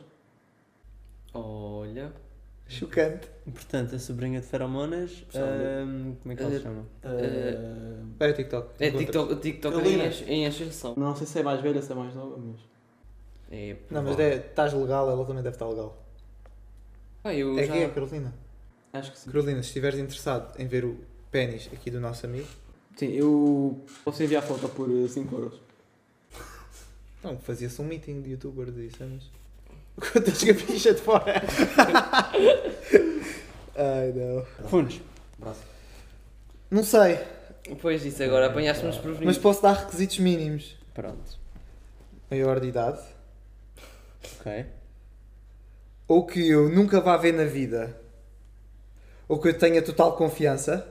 Speaker 6: Olha.
Speaker 5: Chocante.
Speaker 1: Portanto, a sobrinha de Feromonas. ah, como é que ela se
Speaker 6: Ah,
Speaker 1: chama?
Speaker 2: Eh,
Speaker 5: Olha o TikTok.
Speaker 6: É
Speaker 5: Encontra.
Speaker 6: TikTok, TikTok
Speaker 2: Carolina.
Speaker 6: em, as- em ascensão.
Speaker 2: não sei se é mais velha, se é mais nova, mas.
Speaker 6: É,
Speaker 5: Não, mas
Speaker 6: pá.
Speaker 5: é, estás legal, ela também deve estar legal.
Speaker 6: Ah, eu
Speaker 5: É
Speaker 6: já...
Speaker 5: que é a Carolina.
Speaker 2: Acho que sim.
Speaker 5: Carolina, se estiveres interessado em ver o pênis aqui do nosso amigo,
Speaker 2: Sim, eu posso enviar foto por 5 euros.
Speaker 5: não, fazia-se um meeting de youtubers e cenas. (laughs) Quantas gabichas de fora? Ai não.
Speaker 1: Funes.
Speaker 5: Não sei,
Speaker 6: Pois isso, agora apanhaste-me desprevenido.
Speaker 5: mas posso dar requisitos mínimos.
Speaker 1: Pronto.
Speaker 5: Maior de idade.
Speaker 1: Ok.
Speaker 5: Ou que eu nunca vá ver na vida. Ou que eu tenha total confiança.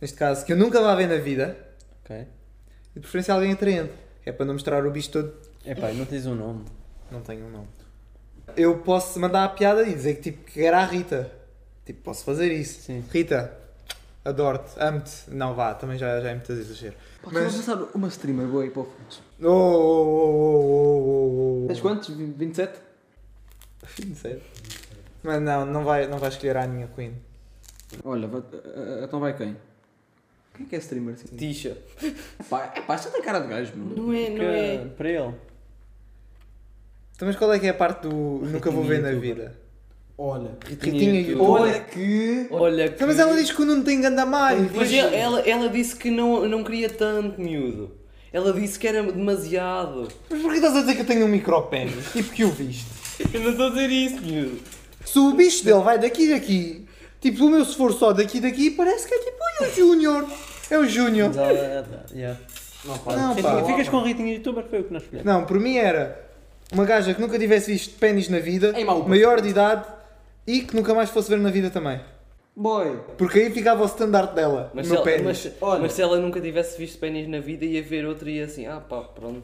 Speaker 5: Neste caso, que eu nunca vá ver na vida.
Speaker 1: Ok.
Speaker 5: E de preferência alguém atraente. É para não mostrar o bicho todo
Speaker 1: Epá, não tens um nome.
Speaker 5: Não tenho um nome. Eu posso mandar a piada e dizer que tipo que era a Rita. Tipo, posso fazer isso.
Speaker 1: Sim.
Speaker 5: Rita, adoro-te, amo-te. Não vá, também já, já é muito exagero.
Speaker 2: Pá, mas... tu passar uma streamer boa aí para o Funes.
Speaker 5: Oh, oh, oh, oh, oh, oh,
Speaker 2: Tens quantos? Vi- 27?
Speaker 5: oh. Não sei. Mas não, não vai, não vai escolher a Aninha Queen.
Speaker 2: Olha, vai- eh, eh, então vai quem? Quem é que é streamer assim?
Speaker 6: Tisha.
Speaker 2: Pá, pá, isto tem cara de gajo, mano.
Speaker 6: Não é, não é.
Speaker 1: Que- Para ele.
Speaker 5: Então, mas qual é que é a parte do nunca vou ver na
Speaker 1: youtuber.
Speaker 5: vida?
Speaker 8: Olha,
Speaker 5: Ritinha youtuber.
Speaker 6: Olha que... Olha que...
Speaker 5: Então, Mas ela diz que o Nuno tem ganda mais.
Speaker 6: Mas ela, ela, ela disse que não, não queria tanto miúdo. Ela disse que era demasiado.
Speaker 5: Mas porquê estás a dizer que eu tenho um micropénis? tipo que o viste.
Speaker 6: Eu não estou a dizer isso, miúdo.
Speaker 5: Se o bicho dele vai daqui e daqui, tipo, o meu se for só daqui e daqui, parece que é tipo, olha, o Júnior. É o Júnior.
Speaker 1: Mas ela- ela- yeah.
Speaker 5: Não,
Speaker 1: Sim,
Speaker 5: pá.
Speaker 1: Ficas com a Ritinha youtuber, foi o que nós escolhemos.
Speaker 5: Não, por mim era uma gaja que nunca tivesse visto pênis na vida,
Speaker 2: Em Malta.
Speaker 5: maior de idade e que nunca mais fosse ver na vida também.
Speaker 2: Boy!
Speaker 5: Porque aí ficava o standard dela,
Speaker 6: Mas
Speaker 5: o
Speaker 6: se,
Speaker 5: meu
Speaker 6: ela,
Speaker 5: pênis.
Speaker 6: mas, mas se ela nunca tivesse visto pênis na vida, ia ver outro e ia assim, ah pá, pronto.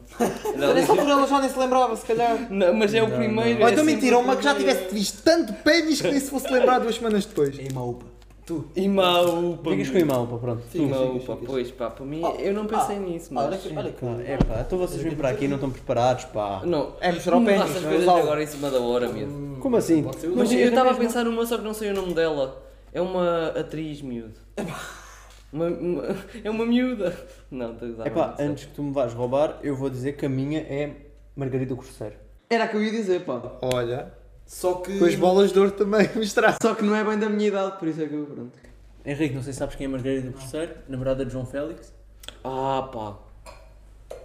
Speaker 5: Era só por ela já nem se lembrava, se calhar.
Speaker 6: Não, mas é o primeiro.
Speaker 5: Ou
Speaker 6: é
Speaker 5: então
Speaker 6: sempre
Speaker 5: mentiram,
Speaker 6: o
Speaker 5: uma que já
Speaker 6: primeiro.
Speaker 5: tivesse visto tanto pênis que nem se fosse lembrar duas semanas depois.
Speaker 6: E mau, pá.
Speaker 1: Ficas com o imão, pá, pronto.
Speaker 6: E mau, pá, pois pá, para mim, eu não pensei nisso, mas.
Speaker 2: Olha que. Olha que...
Speaker 1: Pá, É pá, então vocês vêm para aqui e não estão preparados, pá.
Speaker 6: Não,
Speaker 5: É mostrar o
Speaker 6: não
Speaker 5: pênis,
Speaker 6: faças
Speaker 5: não é?
Speaker 6: coisas
Speaker 5: Usá-lo.
Speaker 6: agora em cima da hora mesmo.
Speaker 1: Como assim?
Speaker 6: Mas eu estava a pensar numa, só que não sei o nome dela. É uma atriz miúdo. Uma- uma- é uma miúda. Não, estou a usar.
Speaker 1: É pá, antes que tu me vás roubar, eu vou dizer que a minha é Margarida Corsair.
Speaker 2: Era o que eu ia dizer, pá.
Speaker 5: Olha,
Speaker 2: Só que.
Speaker 5: com as bolas de ouro também (laughs) mostraram.
Speaker 2: Só que não é bem da minha idade, por isso é que eu. Pronto.
Speaker 1: Henrique, não sei se sabes quem é Margarida Corsair, namorada de João Félix.
Speaker 6: Ah pá.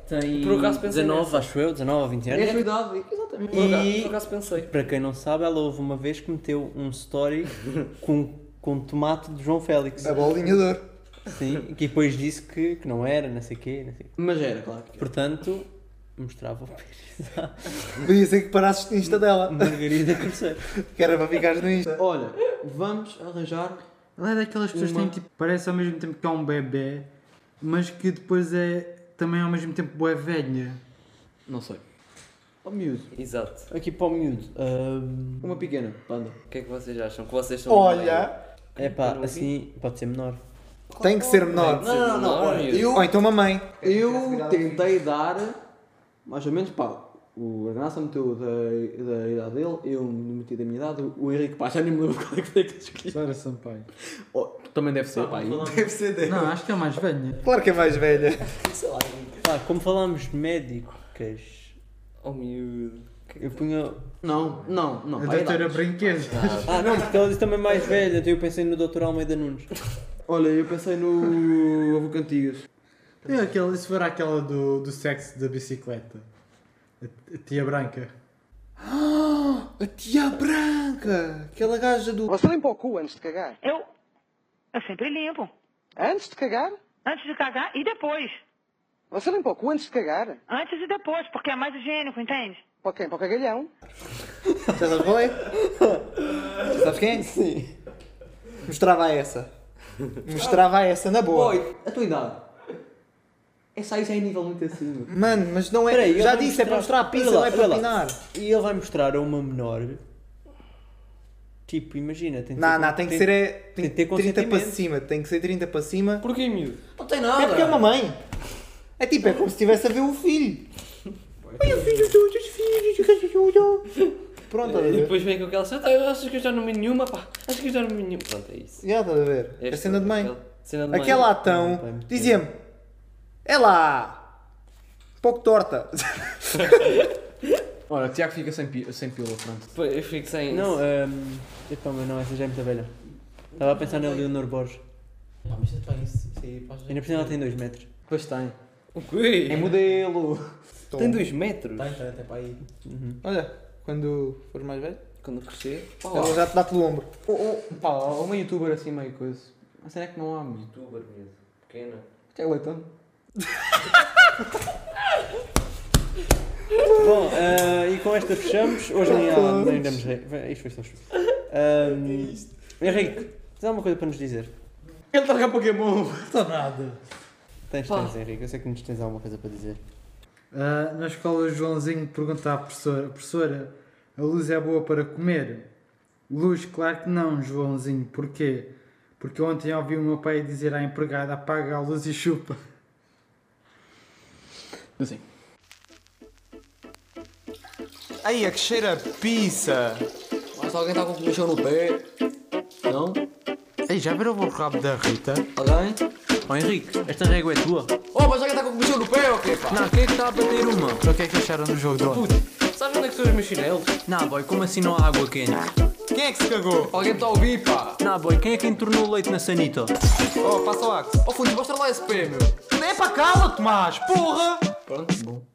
Speaker 1: Tem
Speaker 6: Por acaso pensei
Speaker 1: 19,
Speaker 6: nessa.
Speaker 1: acho eu, 19 ou 20
Speaker 2: É a
Speaker 1: anos.
Speaker 2: tua idade, exatamente.
Speaker 6: Por acaso-
Speaker 1: E-
Speaker 6: por acaso pensei.
Speaker 1: Para quem não sabe, ela houve uma vez que meteu um story com, com tomate de João
Speaker 5: (laughs)
Speaker 1: Félix.
Speaker 5: A bolinha de ouro.
Speaker 1: Sim, que depois disse que, que não era, não sei o quê, não sei o quê.
Speaker 2: Mas era, claro.
Speaker 1: Portanto, mostrava o pênis à
Speaker 5: Podia ser que parasses no Insta dela,
Speaker 1: (laughs) Margarida Corsair.
Speaker 5: que era para ficares no Insta.
Speaker 2: Olha, vamos arranjar.
Speaker 8: Ela é daquelas pessoas
Speaker 2: Uma-
Speaker 8: que têm, tipo, parece ao mesmo tempo que é um bebê, mas que depois é também ao mesmo tempo boa velha.
Speaker 2: Não sei. Oh, miúdo.
Speaker 6: Exato.
Speaker 1: Aqui para o miúdo. ahm,
Speaker 2: Uma pequena, panda.
Speaker 6: O que é que vocês acham? Que vocês são.
Speaker 5: Olha,
Speaker 1: é pá, assim pode ser menor.
Speaker 5: tem que ser menor.
Speaker 6: Não, não, não. olha,
Speaker 2: Eu,
Speaker 5: Ou então mamãe.
Speaker 2: eu tentei dar. Mais ou menos, pá. O Arnassa meteu da, da idade dele, eu me meti da minha idade, o Henrique, pá, já nem me lembro qual é que foi que eu escolhi.
Speaker 8: Sara Sampaio.
Speaker 2: Oh, também deve ser, pá. aí.
Speaker 5: né?
Speaker 8: Não, acho que é mais velha.
Speaker 5: Claro que é mais velha.
Speaker 1: Pá, como falámos de médicas,
Speaker 6: Oh miúdo.
Speaker 2: é
Speaker 1: eu punha.
Speaker 2: Não, não, não.
Speaker 8: A
Speaker 9: é
Speaker 2: vai
Speaker 8: doutora
Speaker 2: lá.
Speaker 8: Brinquedo.
Speaker 1: Ah, não, porque ela disse também mais velha, então eu pensei no Dr. Almeida Nunes.
Speaker 2: Olha, eu pensei no Avô Cantigas.
Speaker 8: (laughs) É aquela, isso era aquela do, do sexo da bicicleta. A, a tia branca.
Speaker 5: (gasps) A tia branca! Aquela gaja do. Você limpa o cu antes de cagar?
Speaker 10: Eu, eu sempre limpo.
Speaker 5: Antes de cagar?
Speaker 10: Antes de cagar e depois.
Speaker 5: Você limpa o cu antes de cagar?
Speaker 10: Antes e depois, porque é mais higiênico, entende?
Speaker 5: Para quem? Para o cagalhão? Já sabes qual é? (laughs) Já sabes quem? Sim. Mostrava essa. Mostrava essa, na boa.
Speaker 2: Boy, a tua idade. Essa aí já é nível muito acima.
Speaker 5: Mano, mas não é.
Speaker 1: Peraí, ele
Speaker 5: já
Speaker 1: vai
Speaker 5: disse, é para mostrar
Speaker 1: mostrar-
Speaker 5: a pizza,
Speaker 1: Olha lá,
Speaker 5: não é para
Speaker 1: olha lá.
Speaker 5: opinar.
Speaker 1: E ele vai mostrar a uma menor. Tipo, imagina, tem de
Speaker 5: Não,
Speaker 1: ter-
Speaker 5: não, tem que ser. é- Tem
Speaker 1: tem
Speaker 5: que
Speaker 1: que ter
Speaker 5: 30 para
Speaker 1: consentimento.
Speaker 5: cima, tem que ser 30 para cima.
Speaker 6: Porquê, miúdo?
Speaker 2: Não tem nada.
Speaker 5: É porque é uma mãe. É tipo, é como se estivesse a ver o filho. Olha o filho, todos os filhos. Pronto, olha.
Speaker 6: E depois vem com aquela cena, "Ah, achas que eu já não vi nenhuma, pá, acho que eu já não vi nenhuma. Pronto, é isso.
Speaker 5: Já estás a ver? É
Speaker 6: Esta-
Speaker 5: cena de mãe.
Speaker 6: aquela Cena de mãe.
Speaker 5: Aquela atão dizia-me: É lá! Pouco torta.
Speaker 2: Ora, Tiago fica sem, pi sem pílula, pronto.
Speaker 6: Pô, Eu fico sem.
Speaker 1: Não,
Speaker 5: é-
Speaker 2: é,
Speaker 1: hum, epá, mas não, essa já é muito velha. Estava a pensar na Leonor Borges. Ainda por cima ela tem 2 metros.
Speaker 2: Pois tem.
Speaker 6: O quê?
Speaker 2: É modelo.
Speaker 6: Tem 2 metros.
Speaker 5: Olha, quando fores mais velho,
Speaker 6: Quando crescer. Pá,
Speaker 5: ela já te dá pelo ombro.
Speaker 2: Oh, oh, pá, uma youtuber assim meio coisa. A cena é que não há, meu.
Speaker 6: Youtuber, miúdo. Pequena.
Speaker 2: Tiago Leitão.
Speaker 1: Bom, ah, e com esta fechamos. Hoje nem, há, nem damos rei. Vé, Isto foi só chute.
Speaker 2: É
Speaker 1: Hum, Henrique, tens alguma coisa para nos dizer?
Speaker 2: Ele está a jogar Pokémon. (laughs)
Speaker 8: Não nada.
Speaker 1: Tens, tens, Henrique. Eu sei que nos tens alguma coisa para dizer.
Speaker 8: Ah, na escola, o Joãozinho pergunta à professora: Professora, a luz é boa para comer? Luz, claro que não, Joãozinho. Porquê? Porque ontem ouvi o meu pai dizer à empregada: apaga a luz e chupa.
Speaker 9: Aí, é que cheira a pizza.
Speaker 2: Mas alguém está com comichão no pé. Não?
Speaker 9: Ei, já viram o rabo da Rita?
Speaker 2: Alguém?
Speaker 4: Ó Henrique, esta régua é tua.
Speaker 2: Oh, mas alguém está com comichão no pé, ok, pá.
Speaker 4: Não, quem é que está a bater uma?
Speaker 9: O que é que acharam do jogo de ontem?
Speaker 6: Sabes onde é que estão os meus chinelos?
Speaker 4: Não, boy, como assim não há água quente?
Speaker 9: Quem é que se cagou?
Speaker 2: Alguém está a ouvir, pá.
Speaker 4: Não, boy, quem é que entornou o leite na sanita?
Speaker 9: Oh, passa o axe.
Speaker 2: Oh, Funes, mostra lá esse pé, meu.
Speaker 9: É para cala, Tomás, porra!
Speaker 2: Pronto. Bom.